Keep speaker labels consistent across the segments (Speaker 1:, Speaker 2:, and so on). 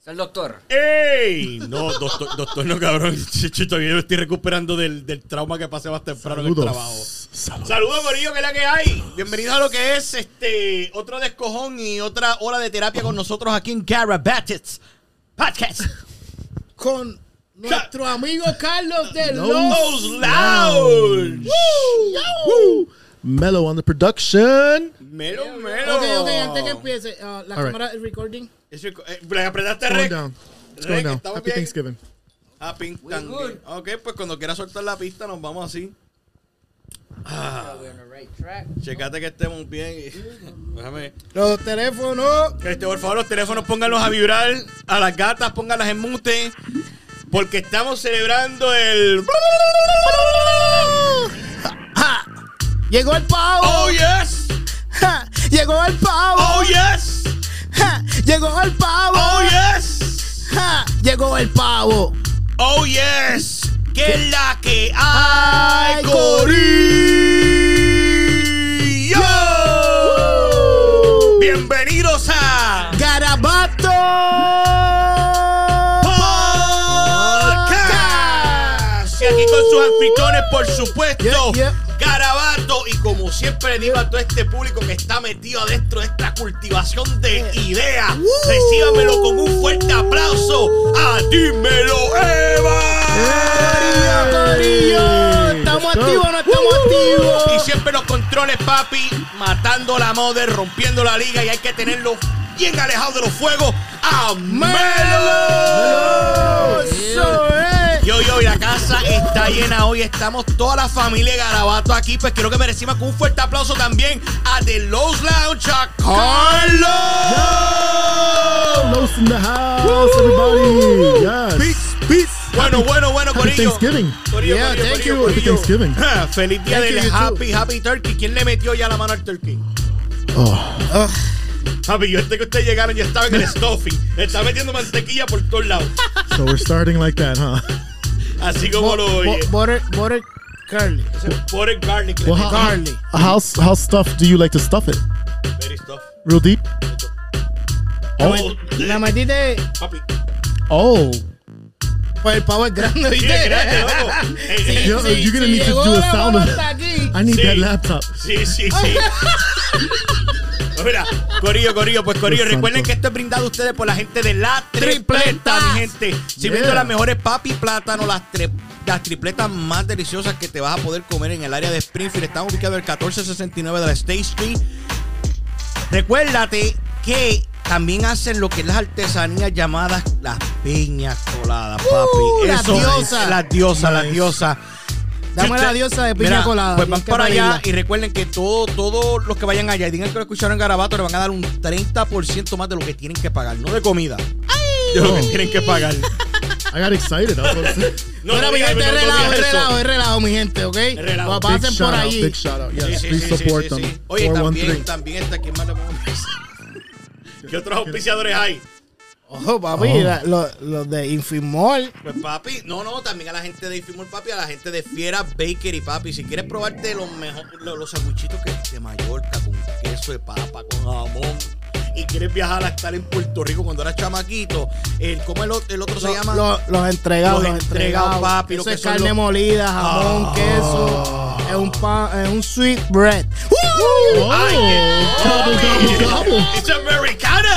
Speaker 1: Es el doctor.
Speaker 2: ¡Ey! No, doctor, doctor, no, cabrón. Chicho, todavía me estoy recuperando del, del trauma que pasé más temprano en el trabajo.
Speaker 3: Saludos.
Speaker 2: Saludos, Corillo, que es la que hay. Bienvenidos a lo que es este otro descojón y otra hora de terapia con nosotros aquí en Carabatits Podcast.
Speaker 3: Con nuestro amigo Carlos de
Speaker 4: Oh,
Speaker 2: Los Lounge.
Speaker 3: Woo. Mellow on the production.
Speaker 2: Melo, melo.
Speaker 3: Ok, ok, antes que empiece, uh, la
Speaker 4: All right.
Speaker 3: cámara, el recording.
Speaker 2: Eso es co- eh, Le apretaste
Speaker 4: It's going
Speaker 2: rec.
Speaker 4: down. It's
Speaker 2: Rick,
Speaker 4: going down.
Speaker 2: estamos
Speaker 4: Happy
Speaker 2: bien.
Speaker 4: Thanksgiving.
Speaker 2: Ah, ping,
Speaker 1: We're
Speaker 2: tang.
Speaker 1: good.
Speaker 2: Ok, pues cuando quiera soltar la pista nos vamos así. Ah.
Speaker 1: We're on the right track.
Speaker 2: Checate que estemos bien. Déjame.
Speaker 3: Los teléfonos.
Speaker 2: Este, por favor, los teléfonos pónganlos a vibrar. A las gatas pónganlas en mute. Porque estamos celebrando el.
Speaker 3: Llegó el pavo.
Speaker 2: ¡Oh, yes!
Speaker 3: Ja. Llegó el pavo.
Speaker 2: ¡Oh, yes!
Speaker 3: Ja. Llegó el pavo.
Speaker 2: ¡Oh, yes!
Speaker 3: Ja. Llegó el pavo.
Speaker 2: ¡Oh, yes! ¡Que es la que hay,
Speaker 3: Ay,
Speaker 2: Corillo! ¡Bienvenidos a.
Speaker 3: Garabato.
Speaker 2: Podcast. Y aquí con sus anfitriones, por supuesto,
Speaker 3: Yeah, yeah.
Speaker 2: Garabato. Y como siempre le digo a todo este público que está metido adentro de esta cultivación de ideas, recíbamelo con un fuerte aplauso. ¡A dímelo, Eva!
Speaker 3: Corillo, ¿Estamos activos o no estamos activos?
Speaker 2: Y siempre los controles, papi, matando la moda, rompiendo la liga. Y hay que tenerlo bien alejado de los fuegos. ¡A Melo!
Speaker 3: Eso es.
Speaker 2: Yo, yo, y la casa está llena hoy. Estamos toda la familia de Garabato aquí. Pues quiero que merecimos un fuerte aplauso también a The Los Lounge, a Carlos.
Speaker 4: Los in the house, everybody. Yes.
Speaker 2: Bueno, bueno, bueno,
Speaker 4: Happy
Speaker 2: Corillo.
Speaker 4: Thanksgiving.
Speaker 2: Corillo,
Speaker 3: Yeah,
Speaker 2: corillo,
Speaker 3: thank
Speaker 2: corillo,
Speaker 3: you.
Speaker 4: Happy
Speaker 2: corillo.
Speaker 4: Thanksgiving.
Speaker 2: Ja, Feliz día
Speaker 3: Thank you,
Speaker 2: del
Speaker 3: you too.
Speaker 2: Happy, Happy Turkey. ¿Quién le metió ya la mano al turkey?
Speaker 4: Oh,
Speaker 2: Papi, yo este que ustedes llegaron ya estaba en el stuffing. Le estaba metiendo mantequilla por todos lados.
Speaker 4: so we're starting like that, huh?
Speaker 2: Así como lo oye.
Speaker 3: Bo- butter, butter curly.
Speaker 2: Butter garlic. le
Speaker 4: Well,
Speaker 2: metió.
Speaker 4: how,
Speaker 3: Garlic.
Speaker 4: how, how s- how stuffed do you like to stuff it?
Speaker 2: Very stuffed.
Speaker 4: Real deep? Oh,
Speaker 3: La metiste.
Speaker 2: Papi.
Speaker 4: oh.
Speaker 3: Pues el pavo es grande,
Speaker 2: Sí,
Speaker 3: ¿viste?
Speaker 2: es grande, loco. Ey, ey.
Speaker 4: Yo-
Speaker 3: Sí,
Speaker 4: you're gonna
Speaker 3: sí,
Speaker 4: need to
Speaker 3: llegó
Speaker 4: do a
Speaker 3: la
Speaker 4: sound
Speaker 3: mano
Speaker 4: of-
Speaker 3: hasta aquí.
Speaker 4: I need
Speaker 2: Sí.
Speaker 4: that laptop.
Speaker 2: Sí, sí, sí. Pues Mira, Corillo, Corillo, pues Corillo,
Speaker 4: Dios
Speaker 2: recuerden
Speaker 4: santo.
Speaker 2: que esto es brindado a ustedes por la gente de la tripleta,
Speaker 3: Tripleta.
Speaker 2: mi gente. Sirviendo
Speaker 4: Yeah.
Speaker 2: las mejores papi plátano, las, tre- las tripletas más deliciosas que te vas a poder comer en el área de Springfield. Estamos ubicados en el 1469 de la State Street. Recuérdate que también hacen lo que es las artesanías llamadas las piñas coladas, papi.
Speaker 3: Uh, las diosas.
Speaker 2: Las diosas, las diosas.
Speaker 3: Dame la
Speaker 2: Usted-
Speaker 3: diosa de piña
Speaker 2: Mira,
Speaker 3: colada.
Speaker 2: Pues van
Speaker 3: tienes que
Speaker 2: para allá
Speaker 3: pedirla.
Speaker 2: y recuerden que todo- todos los que vayan allá y digan que lo escucharon en Garabato le van a dar un 30% más de lo que tienen que pagar, no de comida. De lo que tienen que pagar.
Speaker 4: I got excited. I was about to say.
Speaker 2: No,
Speaker 3: Mira, mi
Speaker 2: digan-
Speaker 3: gente, es
Speaker 2: no, no
Speaker 3: relajo, es
Speaker 2: digan eso.
Speaker 3: relajo, es relajo, mi gente, ¿ok?
Speaker 2: relajo.
Speaker 3: Pa-
Speaker 4: Big
Speaker 3: Pasen por
Speaker 4: shout out,
Speaker 3: allí.
Speaker 4: big shout out.
Speaker 2: Sí,
Speaker 4: Yes,
Speaker 2: sí,
Speaker 4: please
Speaker 2: sí, sí,
Speaker 4: support
Speaker 2: sí,
Speaker 4: them.
Speaker 2: sí. Oye, también,
Speaker 4: 413.
Speaker 2: también está aquí en Mala Mona. ¿Qué otros auspiciadores hay?
Speaker 3: Ojo, papi,
Speaker 4: Oh.
Speaker 3: la- lo- los de Infimol.
Speaker 2: Pues papi, no, no, también a la gente de Infimol, papi, a la gente de Fiera Bakery, papi. Si quieres probarte los mejores, los, los sanguichitos que de Mallorca, con queso de papa, con jamón. Y quieres viajar a estar en Puerto Rico cuando eras chamaquito. El, ¿Cómo el, otro- el otro se llama?
Speaker 3: Lo- los entregados,
Speaker 2: Los
Speaker 3: los,
Speaker 2: entregados,
Speaker 3: entregados,
Speaker 2: papi, lo
Speaker 3: Eso
Speaker 2: que Ah.
Speaker 3: es
Speaker 2: son
Speaker 3: carne
Speaker 2: los-
Speaker 3: molida, jamón, queso. es un pan, es un sweet bread.
Speaker 2: Uh.
Speaker 4: Oh, gobble, gobble, gobble.
Speaker 2: It's americano.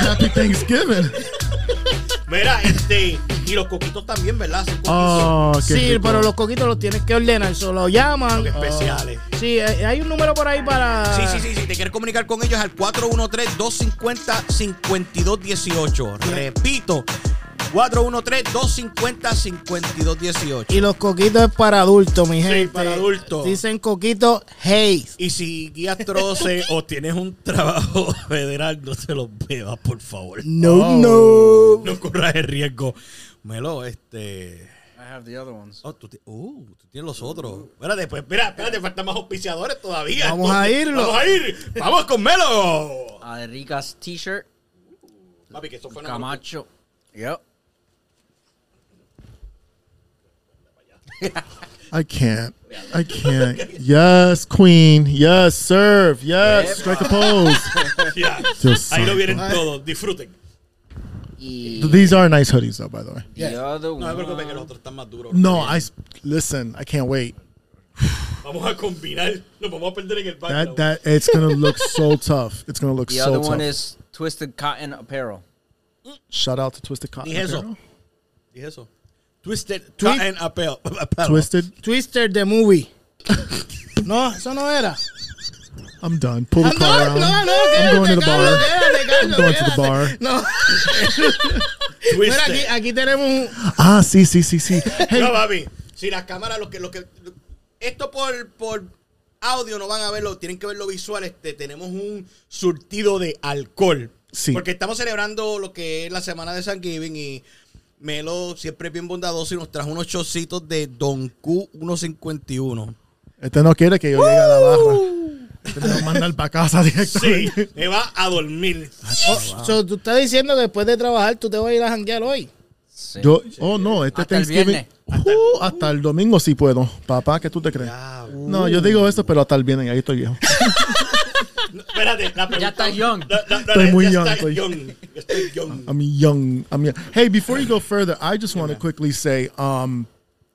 Speaker 4: Happy Thanksgiving.
Speaker 2: Mira, este. Y los coquitos también, ¿verdad? Son coquitos
Speaker 4: Oh, qué
Speaker 3: Sí,
Speaker 4: rico.
Speaker 3: pero los coquitos los tienes que ordenar, solo llaman.
Speaker 2: especiales.
Speaker 3: Sí, eh, hay un número por ahí para.
Speaker 2: Sí, sí, sí, si te quieres comunicar con ellos al 413-250-5218. Repito, 413-250-5218.
Speaker 3: Y los coquitos es para adultos, mi gente.
Speaker 2: para adultos.
Speaker 3: Dicen coquitos, hey.
Speaker 2: Y si guías troce o tienes un trabajo federal, no se los bebas, por favor.
Speaker 3: No, no.
Speaker 2: No corras el riesgo. Melo, este...
Speaker 1: I have the other ones.
Speaker 2: Oh, tú, ti- uh, tú tienes los otros. Espérate, pues, mira, espérate, faltan más auspiciadores todavía.
Speaker 3: Vamos a irlo.
Speaker 2: Vamos a ir. Vamos con Melo.
Speaker 1: Aderigas Ah, T-shirt.
Speaker 2: Papi, que eso fue una-
Speaker 1: Camacho. Yep.
Speaker 4: I can't. I can't. Yes, queen. Yes, serve. Yes, strike a pose.
Speaker 2: Ya.
Speaker 4: Just
Speaker 2: Ahí lo
Speaker 4: son-
Speaker 2: vienen todos. Disfruten.
Speaker 1: Y
Speaker 4: These are nice hoodies, though, by the way.
Speaker 1: the other
Speaker 2: No me preocupes que
Speaker 1: one.
Speaker 2: los otros están más duros.
Speaker 4: No, I s- listen. I can't wait.
Speaker 2: Vamos a combinar. Nos vamos a perder en el
Speaker 4: That
Speaker 2: background.
Speaker 4: that it's gonna look so tough. It's gonna look
Speaker 1: The
Speaker 4: so
Speaker 1: other
Speaker 4: tough.
Speaker 1: one is Twisted Cotton Apparel.
Speaker 4: Shout out to Twisted Cotton.
Speaker 2: Ni eso.
Speaker 4: Apparel.
Speaker 2: ¿Y eso? Ah, Twisted
Speaker 3: Twi-
Speaker 2: Cotton Apple.
Speaker 4: Twisted.
Speaker 3: Twister the movie. no, eso no era.
Speaker 4: I'm done. Pull the
Speaker 3: No,
Speaker 4: car
Speaker 3: no,
Speaker 4: out.
Speaker 3: no,
Speaker 4: I'm going to the
Speaker 3: Carlos,
Speaker 4: bar.
Speaker 3: quédate, Carlos,
Speaker 4: Going to the
Speaker 3: quédate.
Speaker 4: bar.
Speaker 3: No, mira, aquí, aquí tenemos un.
Speaker 4: Ah, sí, sí, sí, sí. Hey,
Speaker 2: No, papi. Si las cámaras, lo que, lo que, lo- esto por, por audio no van a verlo, tienen que verlo visual. Este, tenemos un surtido de alcohol.
Speaker 4: Sí.
Speaker 2: Porque estamos celebrando lo que es la semana de San Giving y Melo siempre es bien bondadoso y nos trajo unos chocitos de Don Q 151.
Speaker 4: este no quiere que yo llegue a la barra. Este me lo manda para casa
Speaker 2: Sí,
Speaker 4: directamente.
Speaker 2: me va a dormir.
Speaker 3: Oh, So, tú estás diciendo que después de trabajar tú te vas a ir a janguear hoy.
Speaker 1: Sí.
Speaker 4: Yo, oh no, este
Speaker 1: Hasta el
Speaker 4: Thanksgiving.
Speaker 1: viernes.
Speaker 4: Uh, hasta el domingo sí puedo. Papá, ¿qué tú te crees? No, yo
Speaker 1: uh.
Speaker 4: digo eso, pero hasta el viernes, ahí estoy viejo.
Speaker 2: No, espérate, la pregunta-
Speaker 1: Ya está young.
Speaker 2: La- la- la-
Speaker 4: Estoy
Speaker 2: ya
Speaker 4: muy
Speaker 2: está
Speaker 4: young, estoy-
Speaker 2: young. Estoy young.
Speaker 4: I'm young. I'm young. Hey, before you go further, I just want to quickly say, um,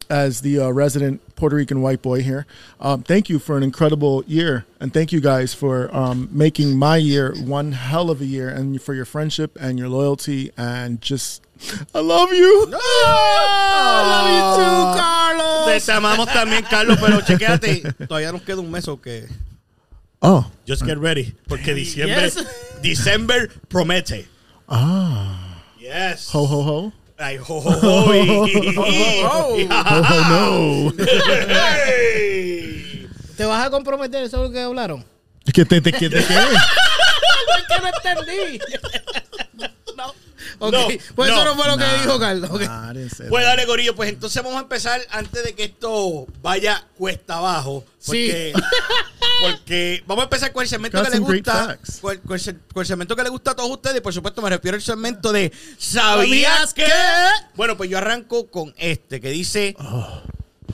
Speaker 4: as the uh, resident Puerto Rican white boy here, um, thank you for an incredible year, and thank you guys for um, making my year one hell of a year, and for your friendship and your loyalty, and just, I love you.
Speaker 2: Te te amamos también, Carlos, pero chequéate. Todavía nos queda un mes o qué.
Speaker 4: Oh,
Speaker 2: Just get ready. Porque diciembre.
Speaker 3: Yes.
Speaker 2: December promete.
Speaker 4: ah,
Speaker 2: Yes.
Speaker 4: ho ho ho.
Speaker 2: Ay, ho, ho, ho.
Speaker 4: Ho ho no.
Speaker 2: Hey.
Speaker 3: ¿Te vas a comprometer? Eso es lo que hablaron.
Speaker 4: ¿Qué te, te, qué te, qué?
Speaker 3: Es que no entendí. no. Ok,
Speaker 2: No,
Speaker 3: pues eso
Speaker 2: no,
Speaker 3: no fue lo que dijo Carlos. ok.
Speaker 4: Nah, I didn't say
Speaker 2: Pues
Speaker 4: that.
Speaker 2: dale, Gorillo, pues entonces vamos a empezar antes de que esto vaya cuesta abajo. Porque, porque vamos a empezar con el segmento
Speaker 4: Got
Speaker 2: que le
Speaker 4: some great
Speaker 2: gusta.
Speaker 4: facts.
Speaker 2: Con, con el se- con el segmento que le gusta a todos ustedes. Y por supuesto, me refiero al segmento de ¿Sabías qué? Bueno, pues yo arranco con este que dice.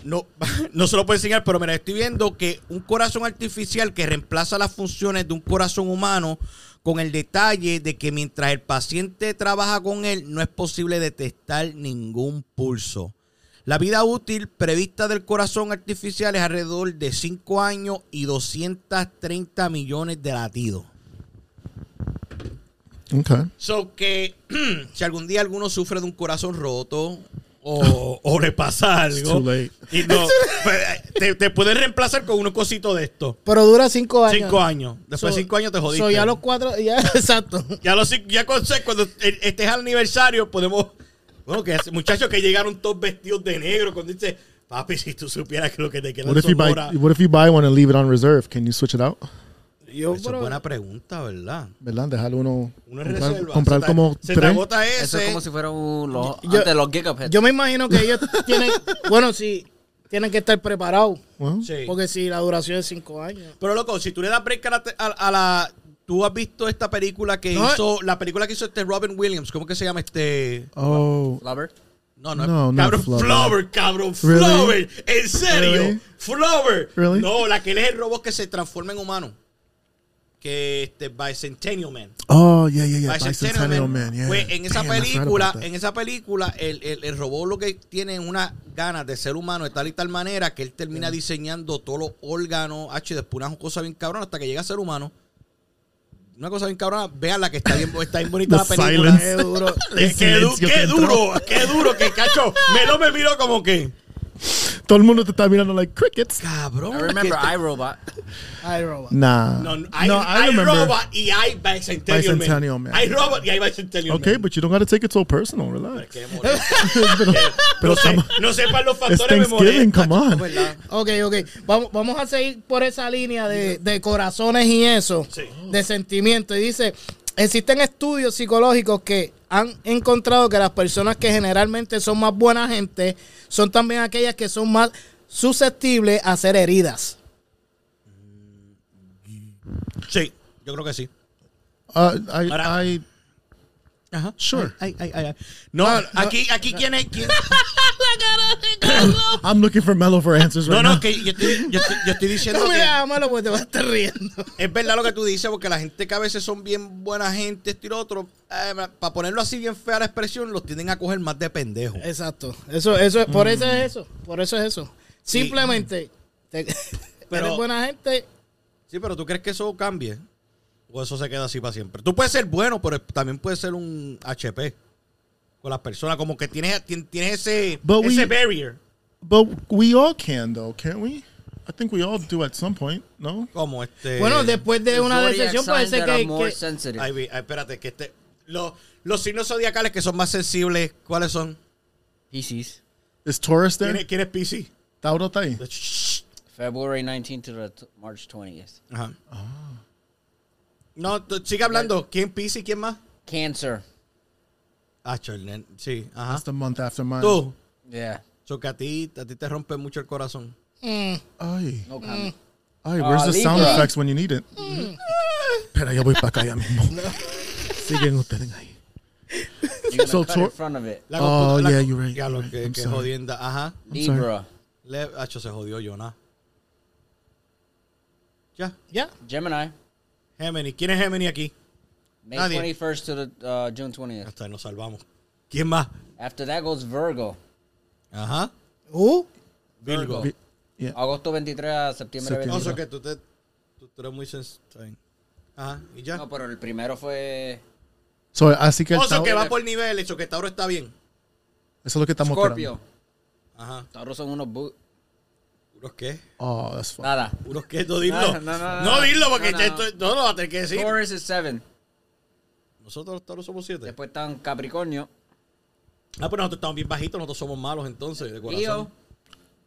Speaker 2: No, no se lo puedo enseñar, pero mira, estoy viendo que un corazón artificial que reemplaza las funciones de un corazón humano con el detalle de que mientras el paciente trabaja con él no es posible detectar ningún pulso. La vida útil prevista del corazón artificial es alrededor de 5 años y 230 millones de latidos.
Speaker 4: Okay.
Speaker 2: So que si algún día alguno sufre de un corazón roto o, o le pasa algo,
Speaker 4: too late.
Speaker 2: y no, pues, te, te pueden reemplazar con unos cositos de esto.
Speaker 3: Pero dura cinco años.
Speaker 2: Cinco años. Después
Speaker 3: So-
Speaker 2: de cinco años te jodiste.
Speaker 3: So ya los cuatro, ya, exacto.
Speaker 2: ya, los cinco- ya con seis, cuando eh, estés al aniversario podemos... Bueno, que hace- muchachos que llegaron todos vestidos de negro cuando dice, papi, si tú supieras que lo que te queda
Speaker 4: What if you
Speaker 2: son
Speaker 4: buy?
Speaker 2: horas".
Speaker 4: What if you buy one and leave it on reserve? Can you switch it out?
Speaker 3: Yo,
Speaker 2: Eso es buena pregunta, ¿verdad?
Speaker 4: ¿Verdad? Dejar uno.
Speaker 2: Uno
Speaker 4: comprar-
Speaker 2: reserva.
Speaker 4: comprar
Speaker 2: se te-
Speaker 4: como
Speaker 2: se te
Speaker 4: tres.
Speaker 2: agota ese.
Speaker 1: Eso es como si fuera un, los,
Speaker 3: Yo-
Speaker 1: antes los Gigapets.
Speaker 3: yo me imagino que ellos tienen, bueno, sí, tienen que estar preparados.
Speaker 4: Well,
Speaker 2: Sí.
Speaker 3: Porque si la duración es cinco años.
Speaker 2: Pero loco, si tú le das break a la, a- a la- tú has visto esta película que
Speaker 3: No.
Speaker 4: eh.
Speaker 2: hizo, la película que hizo este Robin Williams, ¿cómo que se llama este?
Speaker 4: Oh,
Speaker 1: Flubber.
Speaker 2: No, no,
Speaker 4: No, no,
Speaker 2: cabrón,
Speaker 4: Flubber.
Speaker 2: Flower, cabrón,
Speaker 4: Really?
Speaker 2: Flower, en serio,
Speaker 4: Really?
Speaker 2: Flower.
Speaker 4: Really?
Speaker 2: No, la que él es el robot que se transforma en humano. que este Bicentennial Man.
Speaker 4: Oh, yeah, yeah, yeah.
Speaker 2: Bicentennial
Speaker 4: Bicentennial Man, yeah.
Speaker 2: Pues en esa
Speaker 4: Damn, I forgot
Speaker 2: película,
Speaker 4: about that.
Speaker 2: en esa película, el, el, el robot lo que tiene es una ganas de ser humano de tal y tal manera que él termina diseñando todos los órganos, H, después una cosa bien cabrona hasta que llega a ser humano. Una cosa bien cabrona, vean la que está bien, está bien bonita la
Speaker 4: The
Speaker 2: película.
Speaker 4: silence.
Speaker 2: Qué duro, qué,
Speaker 4: El
Speaker 2: qué du-
Speaker 4: silencio
Speaker 2: qué
Speaker 4: que entró.
Speaker 2: duro, qué duro, que cacho. Melo me miró como que.
Speaker 4: Todo el mundo te está mirando like crickets.
Speaker 2: Cabrón.
Speaker 1: I remember
Speaker 2: que-
Speaker 1: iRobot.
Speaker 3: Ay, roba.
Speaker 4: Nah.
Speaker 2: No, no,
Speaker 4: No,
Speaker 2: I,
Speaker 4: I
Speaker 2: I,
Speaker 4: remember.
Speaker 2: robot y I Bicentennial,
Speaker 4: Bicentennial
Speaker 2: man.
Speaker 4: Man.
Speaker 2: I robot y I Bicentennial
Speaker 4: Okay,
Speaker 2: man.
Speaker 4: but you don't gotta take it so personal. Relax.
Speaker 2: Qué molesto.
Speaker 4: Pero
Speaker 2: no, sé,
Speaker 4: estamos-
Speaker 2: no sepan los
Speaker 4: It's
Speaker 2: factores
Speaker 4: Thanksgiving.
Speaker 2: memoriales.
Speaker 4: Come on.
Speaker 3: Ok, ok. Vamos, vamos a seguir por esa línea de, de corazones y eso,
Speaker 2: Sí.
Speaker 3: de sentimiento. Y dice, existen estudios psicológicos que han encontrado que las personas que generalmente son más buena gente son también aquellas que son más susceptibles a ser heridas.
Speaker 2: Sí, yo creo que sí.
Speaker 4: Uh, I,
Speaker 2: Ahora-
Speaker 4: I,
Speaker 2: Ajá.
Speaker 4: Sure.
Speaker 2: Ay, ay, ay, ay. No, aquí, aquí quién es. quién-
Speaker 4: I'm looking for Mello for answers
Speaker 2: No,
Speaker 4: right now.
Speaker 2: no, que yo estoy, yo estoy- yo estoy diciendo
Speaker 3: No,
Speaker 2: que
Speaker 3: mira, ámalo, pues te vas a estar riendo.
Speaker 2: es verdad lo que tú dices, porque la gente que a veces son bien buena gente, esto y lo otro, para ponerlo así bien fea la expresión, los tienden a coger más de pendejo.
Speaker 3: Eh. Exacto. Eso, eso, es- por eso es eso. Por eso es eso. Simplemente, te-
Speaker 2: Pero-
Speaker 3: eres buena gente.
Speaker 2: Sí, pero ¿tú crees que eso cambie? ¿O eso se queda así para siempre? Tú puedes ser bueno, pero también puedes ser un HP con las personas. Como que tienes, tien- tienes ese,
Speaker 4: But
Speaker 2: ese
Speaker 4: we-
Speaker 2: barrier.
Speaker 4: But we all can, though, can't we? I think we all do at some point. No.
Speaker 2: Como este...
Speaker 3: Bueno, después de una
Speaker 1: Zodiac
Speaker 3: decepción puede
Speaker 1: signs
Speaker 3: ser
Speaker 1: that are
Speaker 3: que-
Speaker 1: more
Speaker 3: que
Speaker 1: sensitive.
Speaker 2: Ay, vi- ay, espérate, que este... Los, los signos zodiacales que son más sensibles, ¿cuáles son?
Speaker 1: Pisces.
Speaker 4: Is Taurus
Speaker 2: ¿Quién
Speaker 4: there?
Speaker 2: es, quién es Piscis?
Speaker 4: Tauro está ahí.
Speaker 1: February 19th to the t- March 20th.
Speaker 2: Ajá.
Speaker 4: Ah.
Speaker 2: No, tú- sigue hablando. ¿Quién Piscis? ¿Quién más?
Speaker 1: Cancer.
Speaker 2: Ah, Charlene. Sí, ajá.
Speaker 4: That's the month after mine.
Speaker 2: Tú.
Speaker 1: Yeah.
Speaker 2: So que a ti, a ti te rompe mucho el corazón.
Speaker 3: Mm.
Speaker 4: Ay.
Speaker 1: No comment.
Speaker 4: Ay, where's the sound
Speaker 1: Libra.
Speaker 4: effects when you need it? Espera, yo voy para acá ya mismo. Siguen ustedes ahí.
Speaker 1: You're
Speaker 4: So
Speaker 1: gonna cut
Speaker 4: Tor-
Speaker 1: in front of it.
Speaker 2: La
Speaker 4: Oh,
Speaker 2: compu- la
Speaker 4: yeah,
Speaker 2: co-
Speaker 4: you're right.
Speaker 2: Ya lo
Speaker 4: I'm
Speaker 2: que, que
Speaker 4: sorry.
Speaker 2: jodienda. Ajá.
Speaker 4: sorry.
Speaker 1: Libra.
Speaker 2: Le, hacho, se jodió Jonah. Ya.
Speaker 3: Ya.
Speaker 1: Gemini.
Speaker 2: Gemini. ¿Quién es Gemini aquí?
Speaker 1: May
Speaker 2: Nadie.
Speaker 1: 21st to the uh, June 20th.
Speaker 2: Hasta ahí nos salvamos. ¿Quién más?
Speaker 1: After that goes Virgo.
Speaker 2: Ajá.
Speaker 3: Uh,
Speaker 2: Virgo.
Speaker 4: Vi- Yeah.
Speaker 1: Agosto 23 a septiembre
Speaker 4: Septiembre.
Speaker 2: No, Oh, so
Speaker 1: 22.
Speaker 2: que tú, te, tú, tú eres muy sensible. Ajá. ¿Y ya?
Speaker 1: No, pero el primero fue
Speaker 4: So, así que el
Speaker 2: o sea,
Speaker 4: Tauro,
Speaker 2: Oh, que va por niveles. O que Tauro está bien.
Speaker 4: eso es lo que estamos
Speaker 1: Scorpio.
Speaker 2: Ajá.
Speaker 1: Tauro son unos bu-
Speaker 2: ¿Unos qué?
Speaker 4: esperando. Oh, that's fun.
Speaker 1: nada.
Speaker 2: ¿Unos qué? No, dilo.
Speaker 1: No, no, no,
Speaker 2: No,
Speaker 1: no.
Speaker 2: dilo porque
Speaker 1: No,
Speaker 2: ya
Speaker 1: no.
Speaker 2: esto no lo va a tener que decir.
Speaker 1: Taurus is 7.
Speaker 2: Nosotros los Tauros somos siete.
Speaker 1: Después están Capricornio.
Speaker 2: Ah, pero nosotros estamos bien bajitos. Nosotros somos malos entonces, de
Speaker 1: Leo.
Speaker 2: corazón.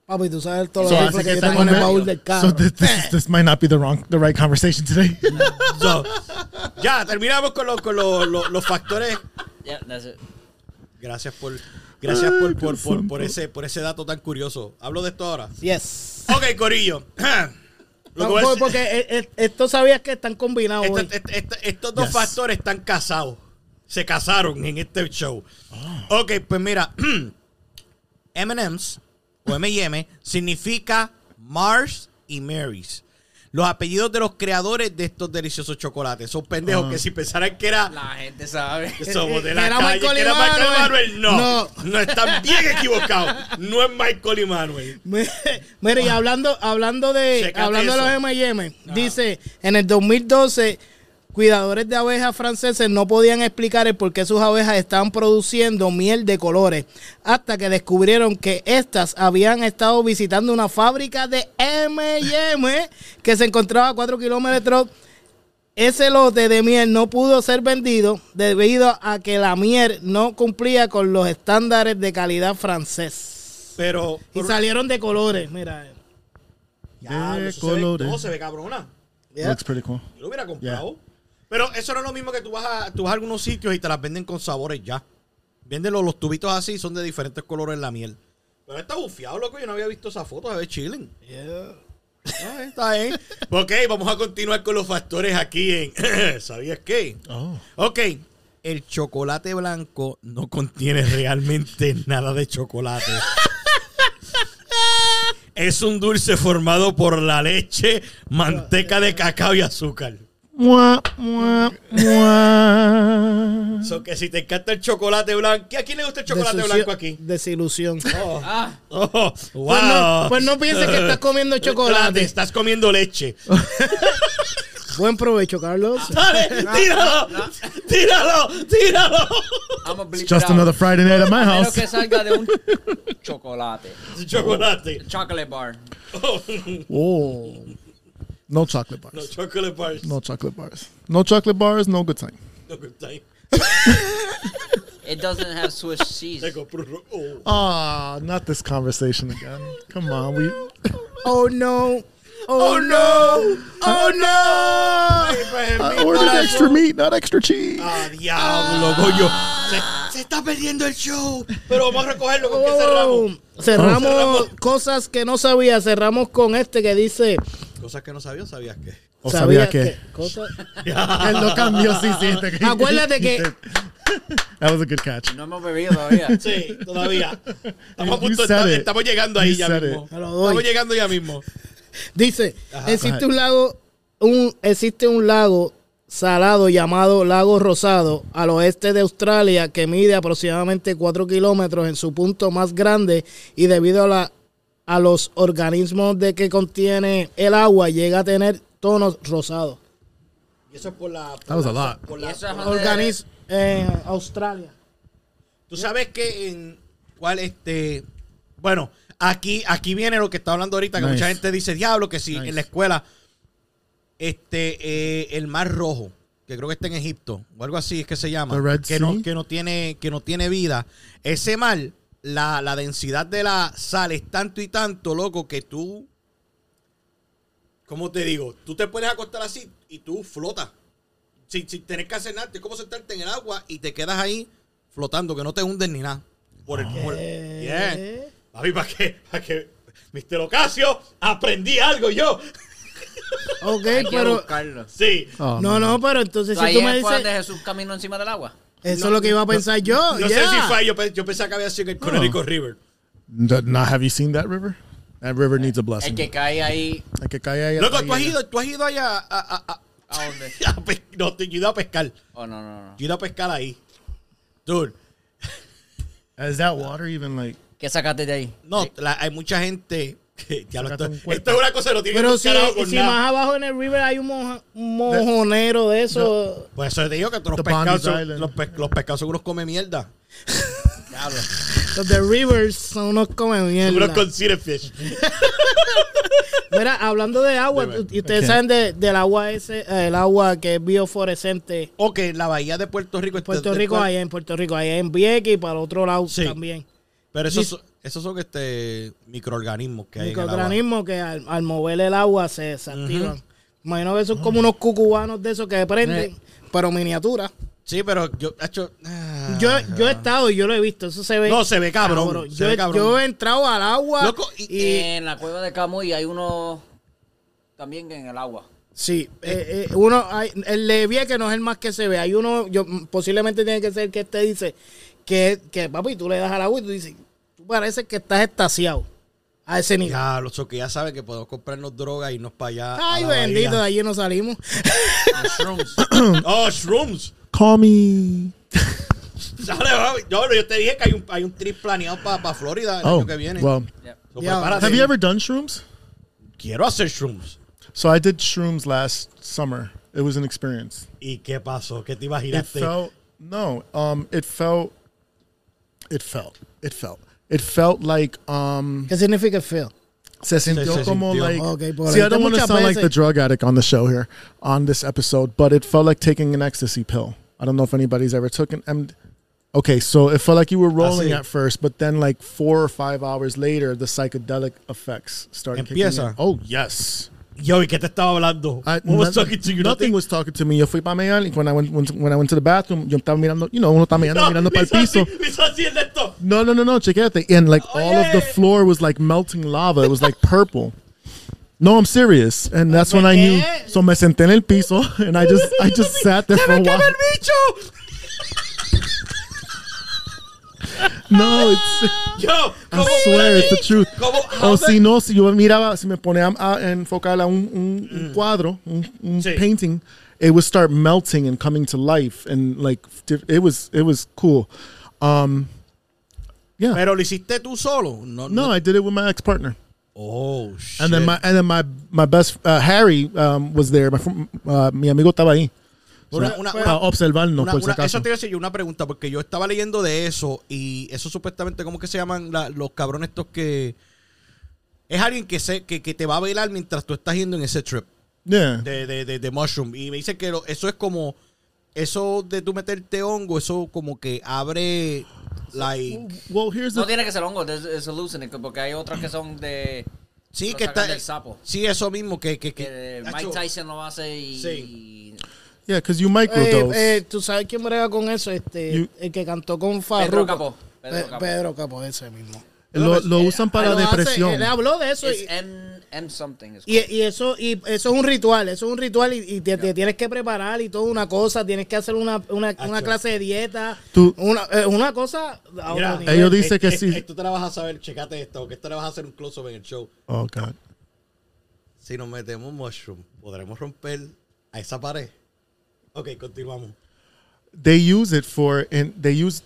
Speaker 3: papi, tú sabes todo lo
Speaker 4: So,
Speaker 3: que
Speaker 4: así
Speaker 3: yo
Speaker 4: que
Speaker 3: tengo en
Speaker 4: estamos-
Speaker 3: el baúl del carro.
Speaker 4: So this, this, this might not be the wrong, the right conversation today.
Speaker 2: So, ya, terminamos con, los- con los- los- los factores
Speaker 1: Yeah, that's it.
Speaker 2: Gracias por gracias
Speaker 4: Ay,
Speaker 2: por,
Speaker 4: Dios
Speaker 2: por, por,
Speaker 4: santo.
Speaker 2: por ese por ese dato tan curioso. Hablo de esto ahora.
Speaker 3: Yes.
Speaker 2: Ok, Corillo. Lo
Speaker 3: No,
Speaker 2: que voy a
Speaker 3: porque
Speaker 2: decir- Este
Speaker 3: porque eh, eh, esto sabías que están combinados
Speaker 2: esta-
Speaker 3: hoy.
Speaker 2: esta- esta- estos dos
Speaker 4: Yes.
Speaker 2: factores están casados. Se casaron en este show.
Speaker 4: Ah.
Speaker 2: Ok, pues mira. M&M's o M&M significa Mars y Mary's. Los apellidos de los creadores de estos deliciosos chocolates. Son pendejos
Speaker 4: Ah.
Speaker 2: que si pensaran que era...
Speaker 1: La gente sabe.
Speaker 2: Que Somos de
Speaker 3: eh, que
Speaker 2: la
Speaker 3: era
Speaker 2: calle,
Speaker 3: Michael
Speaker 2: que era
Speaker 3: Emanuel.
Speaker 2: Michael Emanuel. No, no,
Speaker 3: No.
Speaker 2: están bien equivocados. No es Michael Emanuel.
Speaker 3: Mira, y hablando, hablando de
Speaker 2: Chécate
Speaker 3: hablando de los
Speaker 2: eso.
Speaker 3: M&M, dice, en el 2012, cuidadores de abejas franceses no podían explicar el por qué sus abejas estaban produciendo miel de colores, hasta que descubrieron que estas habían estado visitando una fábrica de M&M que se encontraba a 4 kilómetros ese lote de miel no pudo ser vendido debido a que la miel no cumplía con los estándares de calidad francés.
Speaker 2: Pero.
Speaker 3: Y salieron de colores, mira.
Speaker 2: Ya,
Speaker 4: De
Speaker 2: eso se ve-
Speaker 4: colores.
Speaker 2: no, se ve cabrona.
Speaker 4: Looks pretty cool.
Speaker 2: Yo lo hubiera comprado. Pero eso no es lo mismo que tú vas a, tú vas a algunos sitios y te las venden con sabores ya. Venden los, los tubitos así, son de diferentes colores en la miel. Pero está bufiado, loco. Yo no había visto esa foto, se ve chilling. Ah, está bien. ok, vamos a continuar con los factores aquí en. ¿Sabías qué?
Speaker 4: Oh.
Speaker 2: Ok, el chocolate blanco no contiene realmente nada de chocolate. Es un dulce formado por la leche, manteca de cacao y azúcar.
Speaker 4: Mwah, mwah, mwah.
Speaker 2: So que si te encanta el chocolate blanco. ¿A quién le gusta el chocolate
Speaker 3: Desucio-
Speaker 2: blanco aquí?
Speaker 3: Desilusión.
Speaker 1: Ah,
Speaker 2: Oh, wow.
Speaker 3: Pues, no, pues no pienses que estás comiendo
Speaker 2: Chocolate,
Speaker 3: chocolate.
Speaker 2: estás comiendo leche.
Speaker 3: Buen provecho, Carlos.
Speaker 2: Dale, tíralo, tíralo, tíralo.
Speaker 1: I'm a bleep
Speaker 4: It's
Speaker 1: it
Speaker 4: just
Speaker 1: out.
Speaker 4: another Friday night at my
Speaker 1: Pero
Speaker 4: house.
Speaker 1: que salga de un chocolate.
Speaker 2: Chocolate.
Speaker 1: Chocolate bar.
Speaker 4: Oh. No chocolate bars.
Speaker 2: No chocolate bars.
Speaker 4: No chocolate bars. No chocolate bars, no good time.
Speaker 2: No good time.
Speaker 1: It doesn't have Swiss cheese.
Speaker 2: Te compro un ro- oh.
Speaker 4: Ah, not this conversation again. Come on, we.
Speaker 3: Oh no. Oh, no.
Speaker 4: Oh no! I ordered extra meat, not extra cheese.
Speaker 2: Ah, diablo, coño. Se, se está perdiendo el show. Pero vamos a recogerlo con que cerramos.
Speaker 3: Oh. Cerramos
Speaker 2: Cerramos.
Speaker 3: cosas que no sabía. Cerramos con este que dice.
Speaker 2: Oh. Cosas que no sabía, sabías que.
Speaker 4: O sabía que.
Speaker 3: cosas-
Speaker 4: Él lo cambió, sí, sí. te-
Speaker 3: Acuérdate que-
Speaker 4: That was a good catch.
Speaker 1: No hemos bebido todavía.
Speaker 2: Sí, todavía. Estamos, a
Speaker 4: You
Speaker 2: punto,
Speaker 4: said
Speaker 2: estamos,
Speaker 4: it.
Speaker 2: estamos llegando ahí
Speaker 4: You
Speaker 2: ya
Speaker 4: said it.
Speaker 2: mismo.
Speaker 3: Me lo doy.
Speaker 2: Estamos llegando ya mismo.
Speaker 3: Dice,
Speaker 4: Ajá.
Speaker 3: existe un lago, un, existe un lago salado llamado Lago Rosado al oeste de Australia que mide aproximadamente 4 kilómetros en su punto más grande y debido a, la, a los organismos de que contiene el agua llega a tener tonos rosados.
Speaker 2: Y eso es por la.
Speaker 4: That was a lot.
Speaker 2: por
Speaker 1: Y
Speaker 2: la-
Speaker 1: eso es donde-
Speaker 3: Organismos en Australia.
Speaker 2: Tú sabes que en cuál este bueno, aquí aquí viene lo que está hablando ahorita que
Speaker 4: Nice.
Speaker 2: mucha gente dice, "Diablo, que si
Speaker 4: Nice.
Speaker 2: en la escuela este eh, el mar rojo, que creo que está en Egipto o algo así es que se llama,
Speaker 4: The Red
Speaker 2: que no
Speaker 4: Sea.
Speaker 2: que no tiene que no tiene vida, ese mar la, la densidad de la sal es tanto y tanto, loco, que tú ¿cómo te digo? Tú te puedes acostar así y tú flotas. Sin, sin tener que hacer nada, es como sentarte en el agua y te quedas ahí flotando, que no te hundes ni nada. Por el, por el- Yeah. Papi, ¿para qué? ¿Para qué? Mister Ocasio, aprendí algo yo.
Speaker 3: Ok,
Speaker 1: Hay que
Speaker 3: pero...
Speaker 1: buscarlo.
Speaker 2: Sí.
Speaker 4: Oh,
Speaker 3: No,
Speaker 4: man.
Speaker 3: no, pero entonces si
Speaker 1: Ahí
Speaker 3: tú me
Speaker 1: es por donde
Speaker 3: dices...
Speaker 1: Jesús caminó encima del agua.
Speaker 3: Eso es lo que iba a pensar yo.
Speaker 2: No
Speaker 3: Oh, yeah. Oh.
Speaker 2: sé si fue, yo, pe- yo pensaba que había sido en el Connecticut River.
Speaker 4: Th- Now, have you seen that river? That river needs a
Speaker 1: El
Speaker 4: blessing.
Speaker 1: que cae ahí
Speaker 4: Hay que caer ahí-
Speaker 2: Loco,
Speaker 4: ahí-
Speaker 2: tú has ido, tú has ido allá a, a- a-
Speaker 1: a donde.
Speaker 2: a pe- no, te- yo he ido a pescar.
Speaker 1: Oh no no no.
Speaker 2: Yo he ido a pescar ahí. Dude,
Speaker 4: Is that water even like?
Speaker 1: ¿Qué sacaste de ahí?
Speaker 2: no, la- hay mucha gente que ya lo
Speaker 4: Sácate
Speaker 2: estoy-
Speaker 4: un cuerpo.
Speaker 2: Esto es una cosa que no tiene
Speaker 3: Pero
Speaker 2: un
Speaker 3: si,
Speaker 2: carajo con
Speaker 3: si
Speaker 2: nada.
Speaker 3: más abajo en el river hay un, moja- un mojonero de eso...
Speaker 2: Pues eso te digo que todos
Speaker 4: The
Speaker 2: los pescados,
Speaker 4: Bondi's
Speaker 2: son,
Speaker 4: Island.
Speaker 2: los, pe- los pescados son unos come mierda.
Speaker 1: Diablo.
Speaker 3: Los de Rivers son unos comen
Speaker 2: Unos
Speaker 3: mierda.
Speaker 2: consider fish.
Speaker 3: Mira, hablando de agua,
Speaker 2: Dime.
Speaker 3: y ustedes
Speaker 4: Ok.
Speaker 3: saben de- del agua ese, eh, el agua que es bioforescente.
Speaker 2: Ok, la bahía de Puerto Rico. este-
Speaker 3: Puerto
Speaker 2: de-
Speaker 3: Rico, allá en Puerto Rico, allá en Vieques y para el otro lado
Speaker 2: Sí.
Speaker 3: también.
Speaker 2: Pero esos, son- esos son este microorganismos que hay en el agua.
Speaker 3: Microorganismos que al, al mover el agua se desactivan. Imagino que son como unos cucubanos de esos que prenden,
Speaker 2: Eh.
Speaker 3: pero miniatura.
Speaker 2: Sí, pero yo, hecho, ah.
Speaker 3: Yo, yo he estado y yo lo he visto, eso se ve.
Speaker 2: No, se ve cabrón, se
Speaker 3: Yo,
Speaker 2: ve cabrón.
Speaker 3: yo he entrado al agua
Speaker 2: Loco, y-
Speaker 3: y,
Speaker 1: en la cueva de Camuy hay uno también en el agua.
Speaker 3: Sí, eh, eh, uno, hay- el de Vieques no es el más que se ve. Hay uno, yo, mm, posiblemente tiene que ser el que te dice que, que papi, tú le das al agua y tú dices, tú pareces que estás estaciado a ese nivel.
Speaker 2: Ya, los que ya saben que podemos comprarnos droga y irnos para allá. a
Speaker 3: Ay,
Speaker 2: la
Speaker 3: bendito, de
Speaker 2: bahía.
Speaker 3: allí no salimos.
Speaker 1: Mushrooms.
Speaker 2: Oh, shrooms.
Speaker 4: Call me.
Speaker 2: Sale, papi. yo, yo te dije que hay un, hay un trip planeado para Florida el
Speaker 4: Oh,
Speaker 2: año que viene.
Speaker 4: well.
Speaker 1: Yep.
Speaker 2: So,
Speaker 3: Diablo.
Speaker 2: prepárate.
Speaker 4: Have you ever done shrooms?
Speaker 2: Quiero hacer shrooms.
Speaker 4: So I did shrooms last summer. It was an experience.
Speaker 2: ¿Y qué pasó? ¿Qué te
Speaker 4: It
Speaker 2: imaginaste?
Speaker 4: felt no. Um, it felt. It felt. It felt. It felt like um.
Speaker 3: ¿Qué significa feo?
Speaker 4: Se sintió
Speaker 2: se
Speaker 4: como
Speaker 2: sintió.
Speaker 4: like.
Speaker 3: Okay, por
Speaker 4: see,
Speaker 3: ahí
Speaker 4: I don't
Speaker 3: te
Speaker 4: want to
Speaker 3: muchas
Speaker 4: sound like
Speaker 3: veces.
Speaker 4: the drug addict on the show here, on this episode, but it felt like taking an ecstasy pill. I don't know if anybody's ever took an. M- okay, so it felt like you were rolling
Speaker 2: see.
Speaker 4: at first, but then like four or five hours later, the psychedelic effects started. kicking in.
Speaker 2: Empieza.
Speaker 4: Oh yes.
Speaker 2: Yo, ¿y qué te estaba hablando?
Speaker 4: I-
Speaker 2: Who was
Speaker 4: Ah, no-
Speaker 2: talking to you?
Speaker 4: nothing was talking to me. Yo fui para mear y when I went when, when I went to the bathroom, yo estaba mirando, you know, uno está mirando, mirando para el piso.
Speaker 2: Hizo así el de esto.
Speaker 4: No, no, no, no. Chequete. And like
Speaker 2: Oh,
Speaker 4: all of the
Speaker 2: Oye.
Speaker 4: floor was like melting lava. It was like purple. No, I'm serious. And that's when I knew.
Speaker 3: ¿qué?
Speaker 4: So me senté en el piso and I just I just sat there for a while.
Speaker 2: bicho!
Speaker 4: No, it's
Speaker 2: Yo,
Speaker 4: I
Speaker 2: ¿cómo
Speaker 4: swear it's the truth. Oh,
Speaker 2: ¿Cómo? Ah,
Speaker 4: O
Speaker 2: How
Speaker 4: si
Speaker 2: the-
Speaker 4: no, si yo miraba, si me ponía a enfocar a un, un, un cuadro, un, un
Speaker 2: Mm. Sí.
Speaker 4: painting, it would start melting and coming to life, and like di- it was it was cool.
Speaker 2: Pero lo hiciste tú solo. No,
Speaker 4: No, I did it with my ex partner.
Speaker 2: Oh, shit.
Speaker 4: And then my and then my my best uh, Harry um, was there. My fr- uh, mi amigo estaba ahí.
Speaker 2: Una-
Speaker 4: So,
Speaker 2: una-
Speaker 4: para
Speaker 2: una-
Speaker 4: observarnos
Speaker 2: Una-
Speaker 4: por si
Speaker 2: una-
Speaker 4: acaso.
Speaker 2: eso te iba a decir yo una pregunta, porque yo estaba leyendo de eso y eso supuestamente, ¿cómo que se llaman la- los cabrones estos que... Es alguien que, se, que, que te va a velar mientras tú estás yendo en ese trip
Speaker 4: Yeah.
Speaker 2: de, de, de, de mushroom. Y me dice que lo- eso es como... Eso de tú meterte hongo, eso como que abre... Like,
Speaker 4: Well, here's the
Speaker 1: No tiene que ser hongo, es es hallucinant, porque hay otros que son de.
Speaker 2: sí,
Speaker 1: lo
Speaker 2: que
Speaker 1: sacan
Speaker 2: está...
Speaker 1: del sapo.
Speaker 2: Sí, eso mismo, que... que, que-
Speaker 1: Que Mike
Speaker 2: Nacho,
Speaker 1: Tyson lo hace y.
Speaker 2: Sí.
Speaker 4: yeah, because you
Speaker 3: Eh,
Speaker 4: microdose.
Speaker 3: eh, Tú sabes quién brega con eso, este,
Speaker 4: You-
Speaker 3: el que cantó con
Speaker 1: Pedro
Speaker 3: Farruko.
Speaker 1: Capó.
Speaker 3: Ah, Pe-
Speaker 1: Pedro Capó.
Speaker 3: Pedro Capó, ese mismo.
Speaker 4: lo, lo
Speaker 2: eh,
Speaker 4: usan para
Speaker 3: Lo hace,
Speaker 4: depresión.
Speaker 3: él habló de eso.
Speaker 1: Es
Speaker 3: Y,
Speaker 1: M, M something. it's
Speaker 3: y- y eso y eso es un ritual, eso es un ritual y, y te, te tienes que preparar y toda una cosa, tienes que hacer una, una, una clase de dieta,
Speaker 4: Tú-
Speaker 3: una, eh, una cosa a
Speaker 2: Mira,
Speaker 3: otro nivel.
Speaker 4: Ellos dicen que
Speaker 2: eh, eh,
Speaker 4: sí.
Speaker 2: Tú te la vas a saber, checate esto, que esto le vas a hacer un close-up en el show.
Speaker 4: Oh God.
Speaker 2: Si nos metemos mushroom, podremos romper a esa pared. Ok, continuamos.
Speaker 4: They use it for and they use.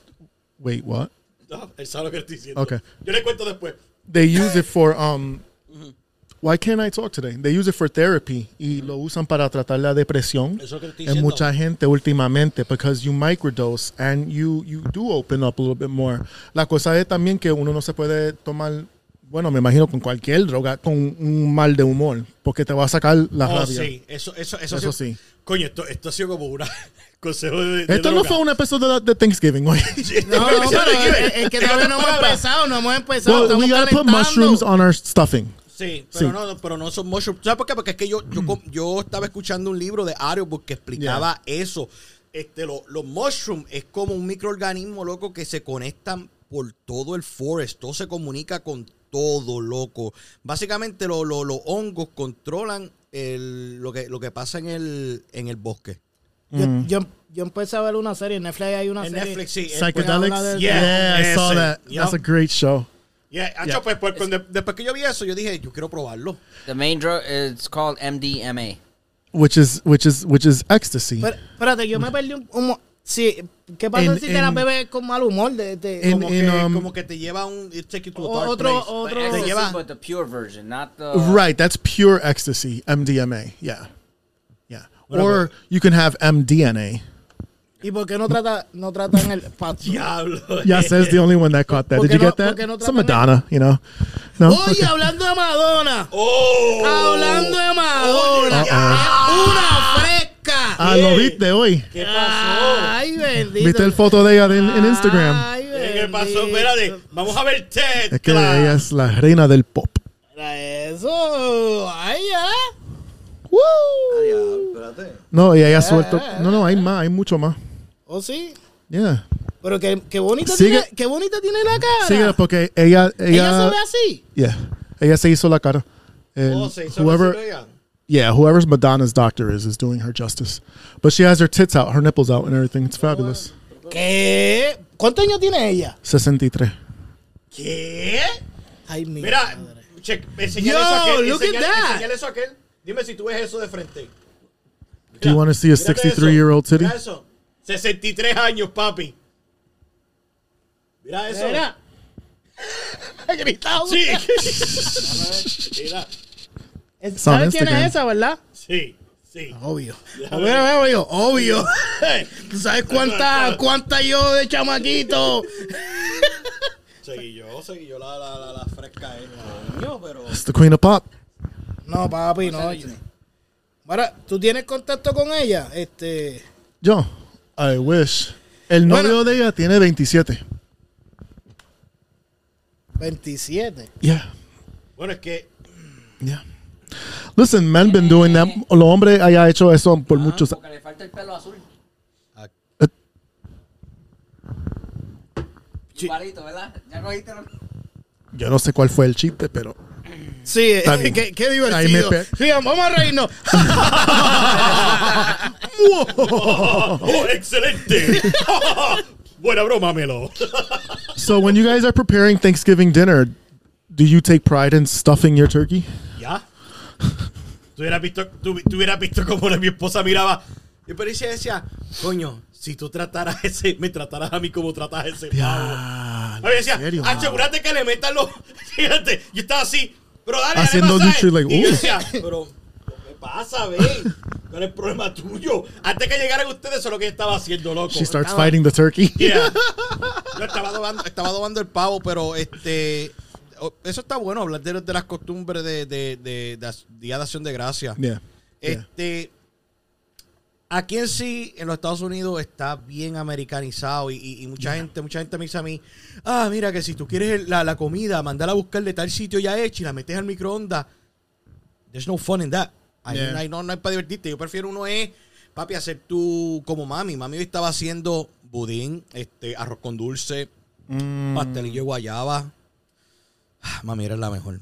Speaker 4: Wait, what?
Speaker 2: No, él sabe lo que estoy diciendo.
Speaker 4: Ok.
Speaker 2: Yo le cuento después.
Speaker 4: They use it for um. Why can't I talk today? They use it for therapy y lo usan para tratar la depresión
Speaker 2: Mm-hmm. Eso es lo que estoy
Speaker 4: en
Speaker 2: diciendo.
Speaker 4: mucha gente últimamente because you microdose and you you do open up a little bit more. La cosa es también que uno no se puede tomar bueno, me imagino con cualquier droga con un mal de humor porque te va a sacar la
Speaker 2: Oh,
Speaker 4: rabia.
Speaker 2: sí, eso, eso, eso,
Speaker 4: Eso
Speaker 2: ha sido-
Speaker 4: sí.
Speaker 2: Coño, esto, esto ha sido como un consejo de. de
Speaker 4: Esto no
Speaker 2: droga.
Speaker 4: fue un episodio de, de Thanksgiving. güey.
Speaker 3: No, no, pero es, es que todavía no hemos
Speaker 2: Palabra.
Speaker 3: empezado, no hemos empezado.
Speaker 4: well, we
Speaker 3: estamos
Speaker 4: gotta put
Speaker 3: calentando.
Speaker 4: mushrooms on our stuffing.
Speaker 2: Sí, pero
Speaker 4: Sí.
Speaker 2: no, no, pero no son mushrooms. ¿Sabes por qué? Porque es que yo, yo, com- yo estaba escuchando un libro de Audiobook que explicaba eso. Este, lo- los mushrooms es como un microorganismo, loco, que se conectan por todo el forest. Todo se comunica con todo, loco. Básicamente lo- lo- los hongos controlan el- lo, que, lo que pasa en el, en el bosque.
Speaker 3: Yo,
Speaker 4: Mm.
Speaker 3: yo, yo empecé a ver una serie, en Netflix hay una
Speaker 2: En
Speaker 3: serie.
Speaker 2: Netflix, sí. es-
Speaker 4: Psychedelics?
Speaker 3: Psychedelics?
Speaker 4: Yeah, I saw
Speaker 2: Ese.
Speaker 4: that.
Speaker 2: Yup.
Speaker 4: That's a great show.
Speaker 2: Yeah, hacho, pues, pues, cuando- después que yo vi eso, yo dije, yo quiero probarlo.
Speaker 1: The main drug is called MDMA.
Speaker 4: Which is which is which is ecstasy.
Speaker 3: Pero, espérate, yo me perdí un... un mo- sí, ¿Qué pasa
Speaker 4: Mm. En-
Speaker 3: si te la
Speaker 4: en-
Speaker 3: bebes con mal humor? De, de-
Speaker 4: en-
Speaker 3: como-
Speaker 2: Como,
Speaker 4: In- in,
Speaker 2: que,
Speaker 4: um,
Speaker 2: como que te lleva a un. it take you to a
Speaker 3: O-
Speaker 2: dark
Speaker 3: otro-
Speaker 2: place.
Speaker 3: otro-
Speaker 1: But
Speaker 3: Otro- pues.
Speaker 1: ecstasy,
Speaker 2: lleva-
Speaker 1: but the pure version, not the.
Speaker 4: right, that's pure ecstasy, MDMA. Yeah. Yeah.
Speaker 2: Whatever.
Speaker 4: Or you can have MDNA.
Speaker 3: ¿Y por qué no, trata, no tratan el pasto?
Speaker 2: Diablo.
Speaker 4: Yes, that's the only one that caught that.
Speaker 3: ¿Por
Speaker 4: Did
Speaker 3: qué
Speaker 4: you
Speaker 3: no-
Speaker 4: get
Speaker 3: por qué no
Speaker 4: that? Some
Speaker 3: tratan el-
Speaker 4: Madonna, you know. No.
Speaker 3: Oye, hablando de Madonna.
Speaker 2: ¡Oh!
Speaker 3: Hablando de
Speaker 4: oh,
Speaker 3: Madonna. Es una fresca.
Speaker 4: Ah, lo viste hoy.
Speaker 2: ¿Qué pasó?
Speaker 3: Ay, bendito.
Speaker 4: Viste el foto de ella en, en Instagram.
Speaker 3: Ay,
Speaker 2: ¿Qué pasó?
Speaker 3: bendito.
Speaker 2: Espérate, vamos a ver Ted.
Speaker 4: Es que ella es la reina del pop.
Speaker 3: Mira Eso. Ay, ya.
Speaker 4: No, y ella suelto. No, no, hay más, hay mucho más.
Speaker 3: ¿O Oh, sí?
Speaker 4: Yeah.
Speaker 3: Pero qué, qué bonita
Speaker 4: Sigue.
Speaker 3: tiene, qué bonita tiene la cara.
Speaker 4: Sí, porque ella
Speaker 3: Ella se ve así.
Speaker 4: Yeah. Ella se hizo la cara. And
Speaker 2: Oh, se hizo
Speaker 4: whoever,
Speaker 2: decirlo ella.
Speaker 4: yeah, whoever's Madonna's doctor is, is doing her justice. But she has her tits out, her nipples out, and everything. It's fabulous.
Speaker 3: ¿Qué? ¿Cuántos años tiene ella?
Speaker 4: 63.
Speaker 2: ¿Qué?
Speaker 3: Ay, mi
Speaker 2: Mira,
Speaker 3: madre.
Speaker 2: check,
Speaker 3: Yo,
Speaker 2: enseñale eso a aquel.
Speaker 3: look at
Speaker 2: enseñale-
Speaker 3: that.
Speaker 2: enseñale eso a aquel. Dime si tú ves eso de frente.
Speaker 4: Do you want to see a
Speaker 2: Mírate
Speaker 4: 63 year old
Speaker 2: eso.
Speaker 4: titty?
Speaker 2: Mira eso. 63 años, papi. Mira eso.
Speaker 3: Mira. Gritado.
Speaker 2: Sí. Mira.
Speaker 4: on
Speaker 3: ¿Sabes quién
Speaker 4: Instagram.
Speaker 3: es esa, verdad?
Speaker 2: Sí. Sí.
Speaker 3: Obvio. Obvio, obvio, obvio. ¿Tú sabes cuánta, cuánta yo de chamaquito?
Speaker 2: Seguí yo, seguí yo la, la, la, la fresca esta. Yo, pero.
Speaker 4: It's the queen of pop.
Speaker 3: No, papi, no. Ahora, ¿tú tienes contacto con ella? Este.
Speaker 4: Yo, I wish. El novio
Speaker 3: Bueno.
Speaker 4: de ella tiene 27.
Speaker 3: 27.
Speaker 4: Yeah.
Speaker 2: Bueno, es que.
Speaker 4: Yeah. Listen, men been doing that. El hombre haya hecho eso por
Speaker 2: Ah.
Speaker 4: muchos
Speaker 1: Porque le falta el pelo azul. Igualito, ¿verdad? Ya cogiste los-
Speaker 4: Yo no sé cuál fue el chiste, pero.
Speaker 3: Sí, eh,
Speaker 4: bien.
Speaker 3: qué, qué
Speaker 4: Ahí me
Speaker 3: divertido.
Speaker 4: pe-
Speaker 3: Sigan, vamos a reírnos.
Speaker 2: ¡Oh, excelente! Buena broma, Melo.
Speaker 4: So, when you guys are preparing Thanksgiving dinner, do you take pride in stuffing your turkey?
Speaker 2: ¿Ya? ¿Tú hubieras visto, tú, tú hubieras visto cómo la- mi esposa miraba? Y Pericia decía, coño, si tú trataras ese, me tratarás a mí como tratas a ese pavo.
Speaker 4: Ah,
Speaker 2: A ver, decía,
Speaker 4: ¿en serio?
Speaker 2: asegúrate que le metan los. Fíjate, yo estaba así, pero dale, dale
Speaker 4: Haciendo
Speaker 2: masaje.
Speaker 4: dicho, like,
Speaker 2: y yo
Speaker 4: uh.
Speaker 2: decía, pero, ¿qué pasa, ve? No era el problema tuyo. Antes que llegaran ustedes, eso es lo que yo estaba haciendo, loco.
Speaker 4: She starts fighting the turkey.
Speaker 2: Yeah. No, estaba dobando, estaba dobando el pavo, pero este. o- Eso está bueno, hablar de, de las costumbres de, de, de, de as- Día de Acción de Gracia.
Speaker 4: Yeah. Yeah.
Speaker 2: Este. Aquí en sí, en los Estados Unidos, está bien americanizado y, y- y mucha gente, mucha gente me dice a mí, ah, mira que si tú quieres el- la, la comida, mandala a buscar de tal sitio ya hecha y la metes al microondas. There's no fun in that. Ahí
Speaker 4: Yeah.
Speaker 2: no, hay, no, no hay para divertirte. Yo prefiero uno es, papi, hacer tú como mami. Mami hoy estaba haciendo budín, este, arroz con dulce,
Speaker 4: Mm.
Speaker 2: pastelillo de guayaba. Ah, Mami, eres la mejor.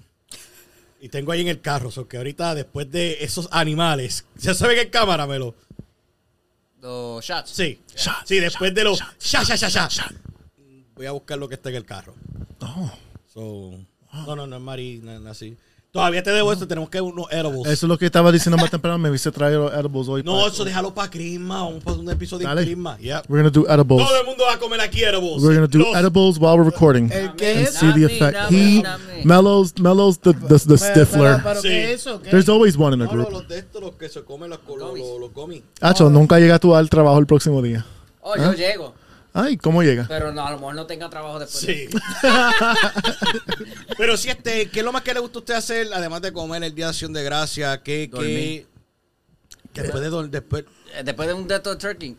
Speaker 2: Y tengo ahí en el carro, so que ahorita después de esos animales, ¿se sabe que en cámara, Melo?
Speaker 1: The shots.
Speaker 2: Sí. sí, después de los... Ya, ya, ya, ya. Voy a buscar lo que está en el carro.
Speaker 4: Oh.
Speaker 2: So,
Speaker 4: Ah.
Speaker 2: No, no, no es Mari, no, no, así. Todavía te debo esto, tenemos que unos edibles.
Speaker 4: Eso es lo que estaba diciendo más temprano. Me viste traer los edibles hoy.
Speaker 2: no,
Speaker 4: pa-
Speaker 2: eso déjalo para Crisma, vamos para un episodio de
Speaker 4: Dale.
Speaker 2: Crisma. Yep.
Speaker 4: We're gonna do edibles.
Speaker 2: Todo el mundo va a comer aquí edibles.
Speaker 4: We're gonna do
Speaker 2: Los-
Speaker 4: edibles while we're recording
Speaker 3: ¿El qué
Speaker 4: and
Speaker 3: es?
Speaker 4: see the
Speaker 1: Not me,
Speaker 4: effect.
Speaker 1: not me,
Speaker 4: He
Speaker 1: not me.
Speaker 4: mellows, mellows the the, the
Speaker 3: Pero- pero-
Speaker 4: stiffler.
Speaker 3: pero
Speaker 2: Sí.
Speaker 3: ¿qué es eso? ¿Qué?
Speaker 4: There's always one in
Speaker 2: No,
Speaker 4: a
Speaker 2: no,
Speaker 4: group.
Speaker 2: los de estos, los que se comen los, los, los, los gomis.
Speaker 4: Acho, nunca llega tú al trabajo el próximo día.
Speaker 1: Oh, yo llego.
Speaker 4: Ay, ¿cómo llega?
Speaker 1: Pero no, a lo mejor no tenga trabajo después. de-
Speaker 2: Sí. Pero si este, ¿qué es lo más que le gusta a usted hacer? Además de comer el día de acción de gracia, ¿qué, qué,
Speaker 1: Dormir.
Speaker 2: que después de dor- después
Speaker 1: Eh, Después de un death of turkey.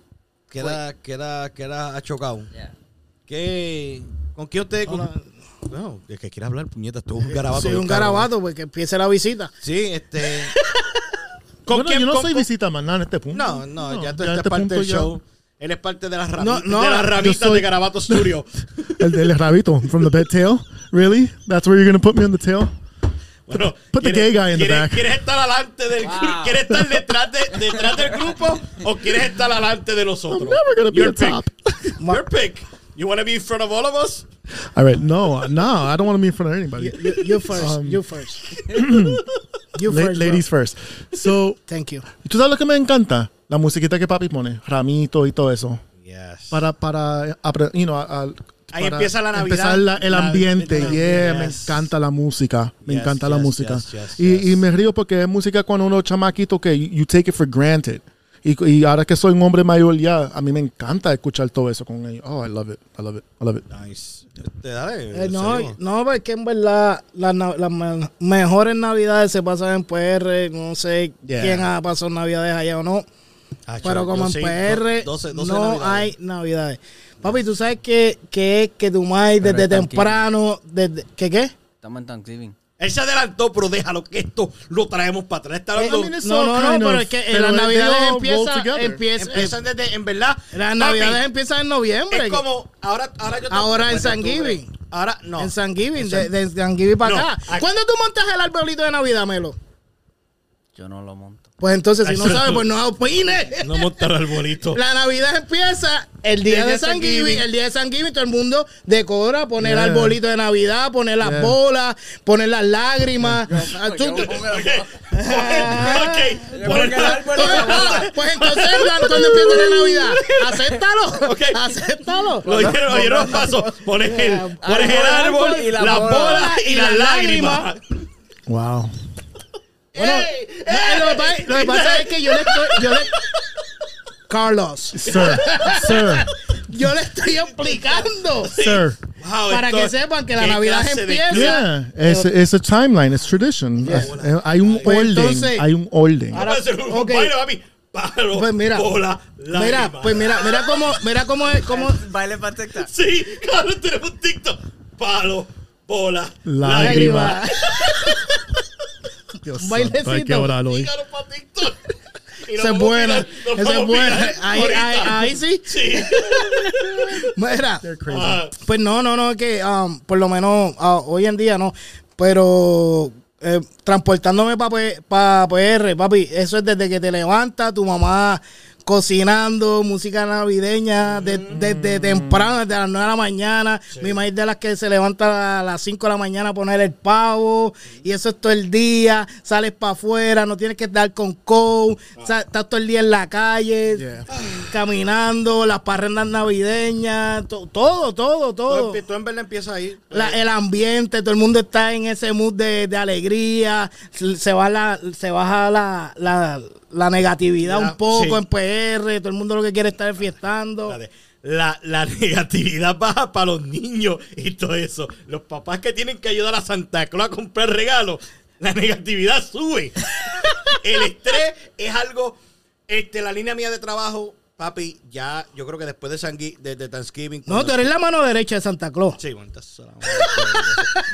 Speaker 2: queda, queda, queda achocado?
Speaker 1: Yeah.
Speaker 2: ¿Qué? ¿Con quién usted? con- No, es que quiere hablar, puñetas, tú un garabato.
Speaker 3: Soy
Speaker 2: bien
Speaker 3: un
Speaker 2: cabrón.
Speaker 3: garabato, pues que empiece la visita.
Speaker 2: Sí, este.
Speaker 4: Bueno, yo no
Speaker 2: con-
Speaker 4: soy
Speaker 2: con-
Speaker 4: visita más nada en este punto.
Speaker 2: No, no, ya tú
Speaker 4: a
Speaker 2: estás
Speaker 4: este
Speaker 2: parte
Speaker 4: punto
Speaker 2: del
Speaker 4: ya-
Speaker 2: show. Él es parte de las
Speaker 3: No,
Speaker 2: ramitas,
Speaker 3: no,
Speaker 2: de, las
Speaker 3: yo
Speaker 2: ramitas de
Speaker 4: soy-
Speaker 2: Garabato Studio.
Speaker 4: El del rabito, from the bed tail. Really? That's where you're gonna put me on the tail?
Speaker 2: Bueno,
Speaker 4: Put the
Speaker 2: ¿quieres-
Speaker 4: gay guy in the
Speaker 2: ¿quieres,
Speaker 4: back.
Speaker 2: ¿Quieres estar adelante del
Speaker 1: Wow.
Speaker 2: gru- ¿Quieres estar detrás, de, detrás del grupo o quieres estar adelante de los otros?
Speaker 4: never gonna be
Speaker 2: Your
Speaker 4: the top.
Speaker 2: pick. Your pick. You want to be in front of all of us?
Speaker 4: All right, no, uh, no, I don't want to be in front of anybody. Um,
Speaker 3: You, you first, you first. you
Speaker 4: La-
Speaker 3: first. bro.
Speaker 4: ladies first. So,
Speaker 3: Thank you.
Speaker 4: ¿tú sabes lo que me encanta? La musiquita que papi pone, ramito y todo eso.
Speaker 2: Yes.
Speaker 4: Para, para, apre- you know, a- a-
Speaker 2: Ahí
Speaker 4: para
Speaker 2: empieza la Navidad.
Speaker 4: Empezar la- el
Speaker 2: La-
Speaker 4: ambiente,
Speaker 2: la-
Speaker 4: yeah, me
Speaker 2: yes.
Speaker 4: encanta la música, me
Speaker 2: Yes,
Speaker 4: encanta la
Speaker 2: yes,
Speaker 4: música.
Speaker 2: yes, yes,
Speaker 4: y,
Speaker 2: yes.
Speaker 4: y me río porque es música cuando uno es chamaquito que you take it for granted. Y, y ahora que soy un hombre mayor ya, a mí me encanta escuchar todo eso con ellos. Oh, I love it, I love it, I love it.
Speaker 2: Nice. Este, dale.
Speaker 3: Eh, no,
Speaker 2: seguimos.
Speaker 3: no, porque en verdad las na- las me- mejores navidades se pasan en PR. No sé
Speaker 4: Yeah.
Speaker 3: quién ha pasado navidades allá o no.
Speaker 2: Ah,
Speaker 3: Pero
Speaker 2: chaval,
Speaker 3: como en
Speaker 2: doce-
Speaker 3: PR
Speaker 2: do- doce- doce
Speaker 3: no
Speaker 2: navidades.
Speaker 3: hay navidades. Papi, ¿tú sabes qué, qué es que tu madre
Speaker 1: Pero
Speaker 3: desde
Speaker 1: es tranquilo.
Speaker 3: temprano, desde, ¿qué qué?
Speaker 1: Estamos en Thanksgiving.
Speaker 2: Él se adelantó, pero déjalo que esto lo traemos para atrás. Está
Speaker 4: I
Speaker 2: hablando-
Speaker 4: mean, it's
Speaker 3: Eh, No,
Speaker 4: all
Speaker 3: no,
Speaker 4: kind
Speaker 3: no, pero
Speaker 4: of-
Speaker 3: es que en
Speaker 4: pero
Speaker 3: las
Speaker 4: they
Speaker 3: navidades
Speaker 4: all roll
Speaker 3: empieza,
Speaker 4: together.
Speaker 3: empieza,
Speaker 2: empiezan desde, en verdad.
Speaker 3: las
Speaker 2: papi,
Speaker 3: navidades empiezan en noviembre.
Speaker 2: Es como, ahora, ahora yo te-
Speaker 3: Ahora en
Speaker 2: Bueno,
Speaker 3: San
Speaker 2: tú-
Speaker 3: Giving.
Speaker 2: Ahora, no.
Speaker 3: En San Giving, de, de San Giving para
Speaker 2: No,
Speaker 3: acá.
Speaker 2: aquí-
Speaker 3: ¿Cuándo tú montas el arbolito de Navidad, Melo?
Speaker 1: Yo no lo monto.
Speaker 3: Pues entonces, si
Speaker 2: Ay,
Speaker 3: no
Speaker 2: pero-
Speaker 3: sabes, pues no opines.
Speaker 2: No montar al bonito.
Speaker 3: La Navidad empieza el día de San Giving, el día de San Giving, todo el mundo decora, poner
Speaker 4: Yeah.
Speaker 3: arbolito de Navidad, poner las
Speaker 4: Yeah.
Speaker 3: bolas, poner las lágrimas. Ah, tú-
Speaker 1: Yo
Speaker 3: tú-
Speaker 1: pongo la-
Speaker 2: ok, por el-
Speaker 3: Pues entonces, Hernán, cuando empieza la Navidad, acéptalo,
Speaker 2: Ok.
Speaker 3: acéptalo.
Speaker 2: Lo oyeron, oyeron los pasos. Pones
Speaker 3: Eh,
Speaker 2: el, pones el
Speaker 1: Árbol,
Speaker 2: árbol,
Speaker 1: árbol y la
Speaker 2: las
Speaker 1: bola.
Speaker 2: bolas y las lágrimas.
Speaker 4: Wow.
Speaker 3: Bueno, no, lo que pasa- lo que pasa es que yo le estoy, yo le- Carlos,
Speaker 4: Sir, sir,
Speaker 3: yo le estoy explicando
Speaker 4: sir.
Speaker 2: Wow,
Speaker 3: para
Speaker 2: esto-
Speaker 3: que sepan que la
Speaker 2: qué
Speaker 3: Navidad
Speaker 2: clase de-
Speaker 3: empieza.
Speaker 4: Yeah, it's, it's a timeline, it's tradition. Eh, Hay un
Speaker 3: Pues
Speaker 4: orden,
Speaker 3: entonces-
Speaker 4: hay un orden.
Speaker 3: Ahora-
Speaker 2: Vamos a hacer un
Speaker 3: Ok.
Speaker 2: baile, papi. Palo,
Speaker 3: Pues mira,
Speaker 2: bola,
Speaker 3: Mira,
Speaker 2: lágrima.
Speaker 3: pues mira, mira cómo, mira cómo es, cómo,
Speaker 1: Baile para TikTok.
Speaker 2: Sí, claro, tenemos un TikTok. Palo, bola,
Speaker 4: Lágrima.
Speaker 2: lágrima.
Speaker 3: Lágrima.
Speaker 4: Dios
Speaker 3: Un
Speaker 4: santo, hay que ¿eh?
Speaker 3: bailecito.
Speaker 4: orar hoy.
Speaker 2: Dígalo pa' TikTok. Y nos
Speaker 3: Esa es
Speaker 2: vamos
Speaker 3: buena,
Speaker 2: viral, nos
Speaker 3: esa es
Speaker 2: vamos
Speaker 3: buena.
Speaker 2: viral
Speaker 3: Ahí,
Speaker 2: ahorita.
Speaker 3: ahí, ahí sí.
Speaker 2: Sí.
Speaker 3: Mira,
Speaker 4: They're crazy.
Speaker 2: Ah,
Speaker 3: pues no, no, no, que um, por lo menos ah, hoy en día no, pero eh, transportándome para PR, papi, eso es desde que te levantas, tu mamá cocinando, música navideña de- desde temprano, desde las 9 de la mañana. Mi maíz de las que se levanta a las 5 de la mañana a poner el pavo y eso es todo el día. Sales para afuera, no tienes que estar con co, o sea, estás todo el día en la calle,
Speaker 4: Yeah.
Speaker 3: caminando, las parrendas navideñas, to- todo, todo, todo.
Speaker 2: Tú, empi- tú en verdad empiezas ahí.
Speaker 3: La- el ambiente, todo el mundo está en ese mood de, de alegría, se se va la, se baja la, la, la negatividad
Speaker 2: Ya,
Speaker 3: un poco
Speaker 2: sí.
Speaker 3: en PR, todo el mundo lo que quiere es estar fiestando.
Speaker 2: Espérate. La, la negatividad baja para los niños y todo eso. Los papás que tienen que ayudar a Santa Claus a comprar regalos, la negatividad sube. El estrés es algo. Este, la línea mía de trabajo, papi, ya, yo creo que después de, Sangui, de, de Thanksgiving.
Speaker 3: No,
Speaker 2: cuando-
Speaker 3: tú eres la mano derecha de Santa Claus.
Speaker 2: Sí, bueno, entonces,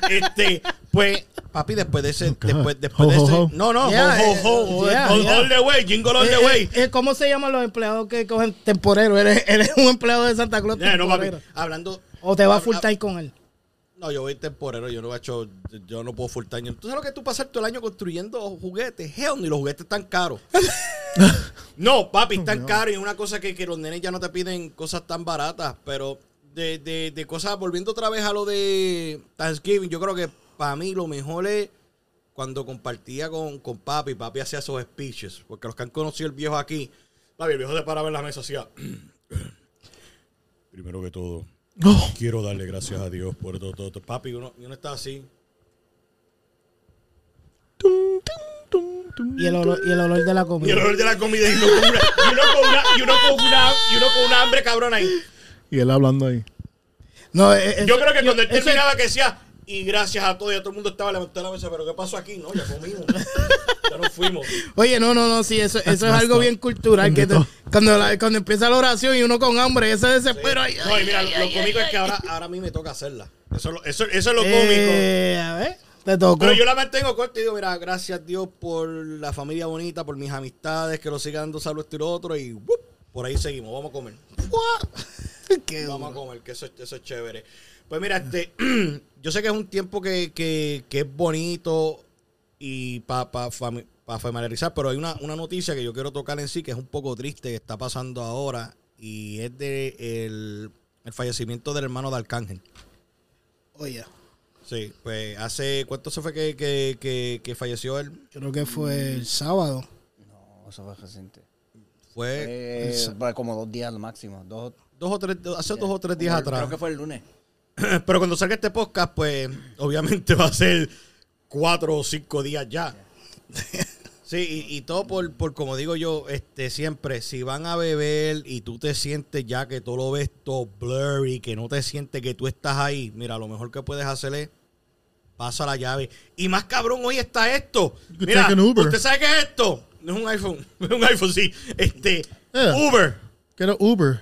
Speaker 2: este, pues, papi, después de ese, después, después
Speaker 4: Ho,
Speaker 2: de
Speaker 4: ho,
Speaker 2: ese,
Speaker 4: ho.
Speaker 2: no, no,
Speaker 3: Yeah,
Speaker 2: ho, ho, ho,
Speaker 3: yeah,
Speaker 2: all,
Speaker 3: yeah.
Speaker 2: all the way, jingle all
Speaker 3: Eh,
Speaker 2: the
Speaker 3: eh,
Speaker 2: way.
Speaker 3: eh, ¿Cómo se llaman los empleados que cogen temporero? Eres, eres un empleado de Santa Claus
Speaker 2: Yeah, Eh, no, papi, Ah,
Speaker 3: temporero.
Speaker 2: hablando,
Speaker 3: o te va
Speaker 2: hab-
Speaker 3: full
Speaker 2: hab-
Speaker 3: time con él.
Speaker 2: No, yo voy temporero, yo no he hecho, yo no puedo full time. ¿Tú sabes lo que tú pasar todo el año construyendo juguetes? Hell, ni los juguetes están caros. no, papi, están caros y es una cosa que, que los nenes ya no te piden cosas tan baratas, pero de, de, de cosas, volviendo otra vez a lo de Thanksgiving, yo creo que para mí lo mejor es cuando compartía con, con papi, papi hacía esos speeches, porque los que han conocido el viejo aquí, papi, el viejo se paraba en la mesa, hacía... Primero que todo,
Speaker 4: Oh,
Speaker 2: Quiero darle gracias a Dios por todo, todo, todo. Papi, uno, uno está así.
Speaker 3: Y el olor, y el olor de la
Speaker 2: Y el
Speaker 3: comida.
Speaker 2: olor de la comida y uno con una, y uno con una, y uno con una, y uno con una hambre cabrón ahí.
Speaker 4: y él hablando ahí.
Speaker 3: No, eh, eh,
Speaker 2: Yo creo que cuando él
Speaker 3: eso-
Speaker 2: terminaba que decía, y gracias a todos, y a todo el mundo estaba levantando la mesa, pero ¿qué pasó aquí? No, ya comimos. Ya nos fuimos.
Speaker 3: Oye, no, no, no, sí, eso, eso es
Speaker 4: messed
Speaker 3: algo
Speaker 4: up.
Speaker 3: bien cultural. Que
Speaker 4: Bendito.
Speaker 3: te- cuando, la- cuando empieza la oración y uno con hambre, ese desespero. ay, ay,
Speaker 2: No, y mira, lo, lo cómico es que ahora, ahora a mí me toca hacerla. Eso, es lo- eso, eso es lo cómico.
Speaker 3: Eh, a ver, te tocó.
Speaker 2: Pero yo la mantengo corta y digo, mira, gracias Dios por la familia bonita, por mis amistades, que lo sigan dando salud esto y lo otro, y ¡wup! por ahí seguimos, vamos a comer.
Speaker 3: Qué
Speaker 2: Vamos a comer, que eso, eso es chévere. Pues mira, este, yo sé que es un tiempo que, que- que es bonito y para familiarizar, pero hay una, una noticia que yo quiero tocar en sí, que es un poco triste, que está pasando ahora, y es de el, el fallecimiento del hermano de Arcángel.
Speaker 3: Oye,
Speaker 2: Sí, pues hace, ¿cuánto se fue que, que- que- que falleció él?
Speaker 3: creo que fue el sábado.
Speaker 1: No, eso fue reciente.
Speaker 2: Fue...
Speaker 1: Eh, fue como dos días al máximo. Dos,
Speaker 2: dos o tres, hace dos o tres días
Speaker 1: como el-
Speaker 2: atrás.
Speaker 1: Creo que fue el lunes.
Speaker 2: Pero cuando salga este podcast, pues obviamente va a ser cuatro o cinco días ya. Sí, y, y todo por, por, como digo yo, este siempre, si van a beber y tú te sientes ya que todo lo ves todo blurry, que no te sientes que tú estás ahí, mira, lo mejor que puedes hacer es pasa la llave. Y más cabrón, hoy está esto.
Speaker 4: You could
Speaker 2: Mira,
Speaker 4: take an Uber.
Speaker 2: ¿usted sabe qué es esto? No es un iPhone, es un iPhone, sí. Este,
Speaker 4: Yeah.
Speaker 2: Uber.
Speaker 4: Get an Uber.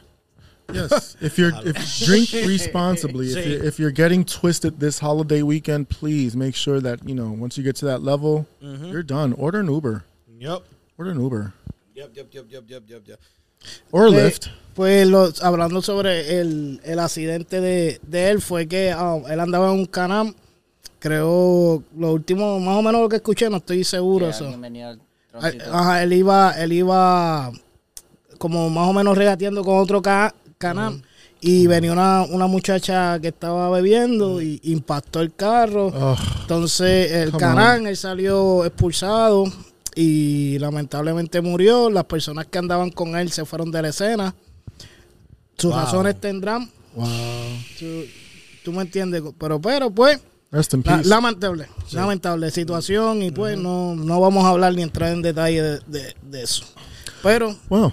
Speaker 4: Yes, if you're if drink responsibly. If
Speaker 2: Sí.
Speaker 4: you're, if you're getting twisted this holiday weekend, please make sure that you know once you get to that level, you're done. Order an Uber.
Speaker 2: Yup,
Speaker 4: Order an Uber
Speaker 2: yup, yup, yup, yup, yup, yup, yup.
Speaker 4: or a
Speaker 3: Eh,
Speaker 4: Lyft.
Speaker 3: Pues los- hablando sobre el, el accidente de, de él, fue que ah, él andaba en un canal, creo, lo último, más o menos lo que escuché, no estoy seguro.
Speaker 1: que
Speaker 3: eso.
Speaker 1: alguien venía al
Speaker 3: Ay,
Speaker 2: ah,
Speaker 1: tránsito.
Speaker 3: Ajá, él iba, él iba como más o menos regateando con otro ca canal y venía una, una muchacha que estaba bebiendo y impactó el carro.
Speaker 4: Ugh.
Speaker 3: Entonces el
Speaker 4: Ah. Come
Speaker 3: canal, él salió expulsado y lamentablemente murió. Las personas que andaban con él se fueron de la escena. Sus
Speaker 2: Wow.
Speaker 3: razones tendrán.
Speaker 4: Wow.
Speaker 3: Tú, tú me entiendes, pero pero pues
Speaker 4: Rest in
Speaker 3: la-
Speaker 4: peace.
Speaker 3: lamentable, lamentable situación y pues no, no vamos a hablar ni entrar en detalle de, de- de eso. Pero
Speaker 4: wow.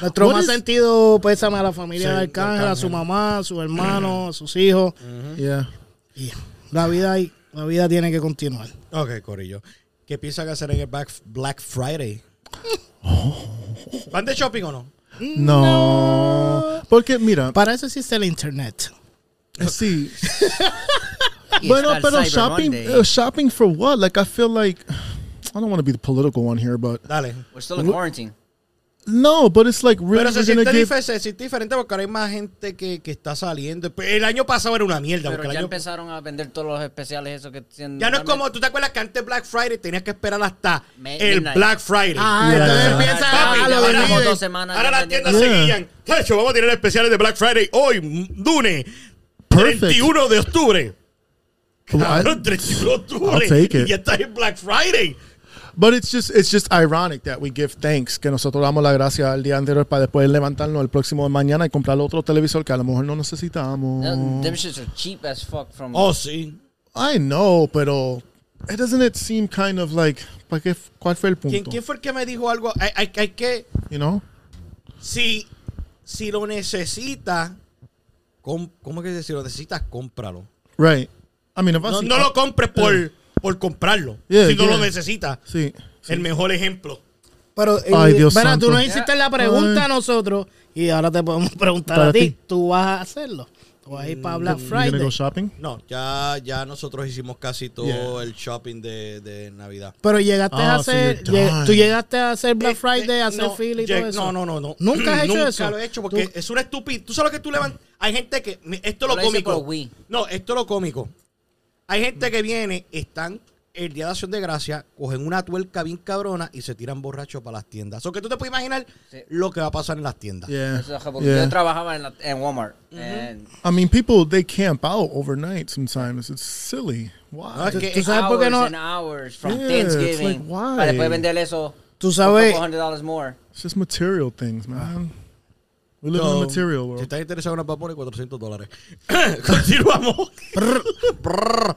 Speaker 3: nuestro
Speaker 4: What
Speaker 3: más
Speaker 4: is-
Speaker 3: sentido pésame a la familia
Speaker 2: Sí,
Speaker 3: de Arcángel, a su
Speaker 2: Arcángel.
Speaker 3: mamá, a su hermano, a sus hijos.
Speaker 4: Yeah.
Speaker 3: Y la vida hay- la vida tiene que continuar.
Speaker 2: Ok, Corillo. ¿Qué piensan hacer en el Black, Black Friday? ¿Van de shopping o no?
Speaker 4: No. Porque mira, eh,
Speaker 3: Para eso existe el internet.
Speaker 4: sí.
Speaker 1: Y
Speaker 4: But,
Speaker 1: está
Speaker 4: uh,
Speaker 1: el
Speaker 4: but uh,
Speaker 1: Cyber
Speaker 4: shopping,
Speaker 1: Monday.
Speaker 2: eh,
Speaker 4: uh, shopping for what? Like I feel like I don't want to be the political one here, but
Speaker 2: Dale.
Speaker 1: We're still in quarantine.
Speaker 4: No, but it's like really
Speaker 2: Pero se
Speaker 4: we're gonna
Speaker 2: siente,
Speaker 4: give.
Speaker 2: dife- se siente diferente porque ahora hay más gente que, que está saliendo. Pero El año pasado era una mierda.
Speaker 1: Pero
Speaker 2: porque el
Speaker 1: ya
Speaker 2: año-
Speaker 1: empezaron a vender todos los especiales, eso que tienen.
Speaker 2: ya no es como, ¿tú te acuerdas que antes Black Friday tenías que esperar hasta
Speaker 1: Me-
Speaker 2: el
Speaker 1: midnight.
Speaker 2: Black Friday?
Speaker 3: Ah,
Speaker 4: Yeah.
Speaker 3: entonces
Speaker 1: Ahora-
Speaker 3: empieza
Speaker 1: Papi,
Speaker 3: a
Speaker 1: ya
Speaker 3: lo
Speaker 1: van
Speaker 3: de
Speaker 1: como
Speaker 3: líder.
Speaker 1: dos semanas. ya
Speaker 2: Ahora las
Speaker 1: vendiendo-
Speaker 2: tiendas se
Speaker 4: Yeah.
Speaker 2: guían. De hecho, vamos a tener especiales de Black Friday hoy, m- lunes,
Speaker 4: Perfect.
Speaker 2: 31 de octubre.
Speaker 4: Well, I-
Speaker 2: Cabrón, 31 de octubre.
Speaker 4: I'll take it.
Speaker 2: Y ya está en Black Friday.
Speaker 4: But it's just it's just ironic that we give thanks que nosotros damos la gracia al día anterior para después levantarnos el próximo mañana y comprar otro televisor que a lo mejor no necesitamos.
Speaker 1: Uh,
Speaker 3: Mm.
Speaker 1: Them shits are cheap as fuck from.
Speaker 2: Oh, sí.
Speaker 4: I know, pero eh, doesn't it seem kind of like ¿para qué, f- cuál fue el punto?
Speaker 2: ¿Quién, quién fue el que me dijo algo? Hay, hay- hay que,
Speaker 4: You know?
Speaker 2: si, si lo necesitas, com- ¿cómo que dice? si lo necesitas, cómpralo?
Speaker 4: Right. I mean, if I
Speaker 2: No,
Speaker 4: see-
Speaker 2: no lo compres por, por comprarlo.
Speaker 4: Ah, eh. Yeah,
Speaker 2: si no
Speaker 4: yeah.
Speaker 2: lo necesitas.
Speaker 4: Sí. sí.
Speaker 2: El mejor ejemplo.
Speaker 3: Pero,
Speaker 4: Ay,
Speaker 3: eh,
Speaker 4: Dios
Speaker 3: espera,
Speaker 4: santo.
Speaker 3: tú nos hiciste la pregunta
Speaker 4: Ay.
Speaker 3: a nosotros y ahora te podemos preguntar
Speaker 4: Para
Speaker 3: a ti. Mm,
Speaker 4: ti.
Speaker 3: Tú vas a hacerlo. Tú vas a ir para Black
Speaker 4: You gonna
Speaker 3: Friday.
Speaker 4: go shopping?
Speaker 2: No, ya, ya nosotros hicimos casi todo el shopping de, de Navidad.
Speaker 3: Pero llegaste a
Speaker 4: Ah, so
Speaker 3: hacer,
Speaker 4: you're
Speaker 3: lleg-
Speaker 4: dying.
Speaker 3: tú llegaste a hacer Black Friday,
Speaker 2: Eh,
Speaker 3: a hacer
Speaker 2: no,
Speaker 3: fila y
Speaker 2: Jack,
Speaker 3: todo eso.
Speaker 2: No, no, no, no.
Speaker 3: Nunca has hecho
Speaker 2: Nunca
Speaker 3: eso.
Speaker 2: lo he hecho porque
Speaker 3: Tú-
Speaker 2: es una estupidez. Tú sabes lo que tú levantas. Hay gente que. mi- Esto es
Speaker 1: Yo
Speaker 2: lo
Speaker 1: lo hice
Speaker 2: cómico.
Speaker 1: por Wii.
Speaker 2: No, esto es lo cómico. Hay gente que viene, están el día de acción de gracia, cogen una tuerca bien cabrona y se tiran borrachos para las tiendas. O que tú te puedes imaginar
Speaker 1: Sí.
Speaker 2: lo que va a pasar en las tiendas.
Speaker 4: Yeah.
Speaker 1: Eso es porque Yo
Speaker 4: yeah.
Speaker 1: trabajaba en, la- en Walmart. and-
Speaker 4: I mean, people they camp out overnight sometimes. It's silly.
Speaker 2: No,
Speaker 4: Why?
Speaker 2: es que-
Speaker 3: tú sabes por qué
Speaker 1: hours
Speaker 3: no-
Speaker 1: and hours from
Speaker 4: Yeah, it's like,
Speaker 1: Thanksgiving.
Speaker 4: why?
Speaker 1: Para después vender eso.
Speaker 3: Tú sabes-
Speaker 1: $400 more.
Speaker 4: It's just material things, man. We live in a
Speaker 2: So,
Speaker 4: material
Speaker 2: Si
Speaker 4: world.
Speaker 2: estás interesado en una papona, 400 dólares. Continuamos. Brr.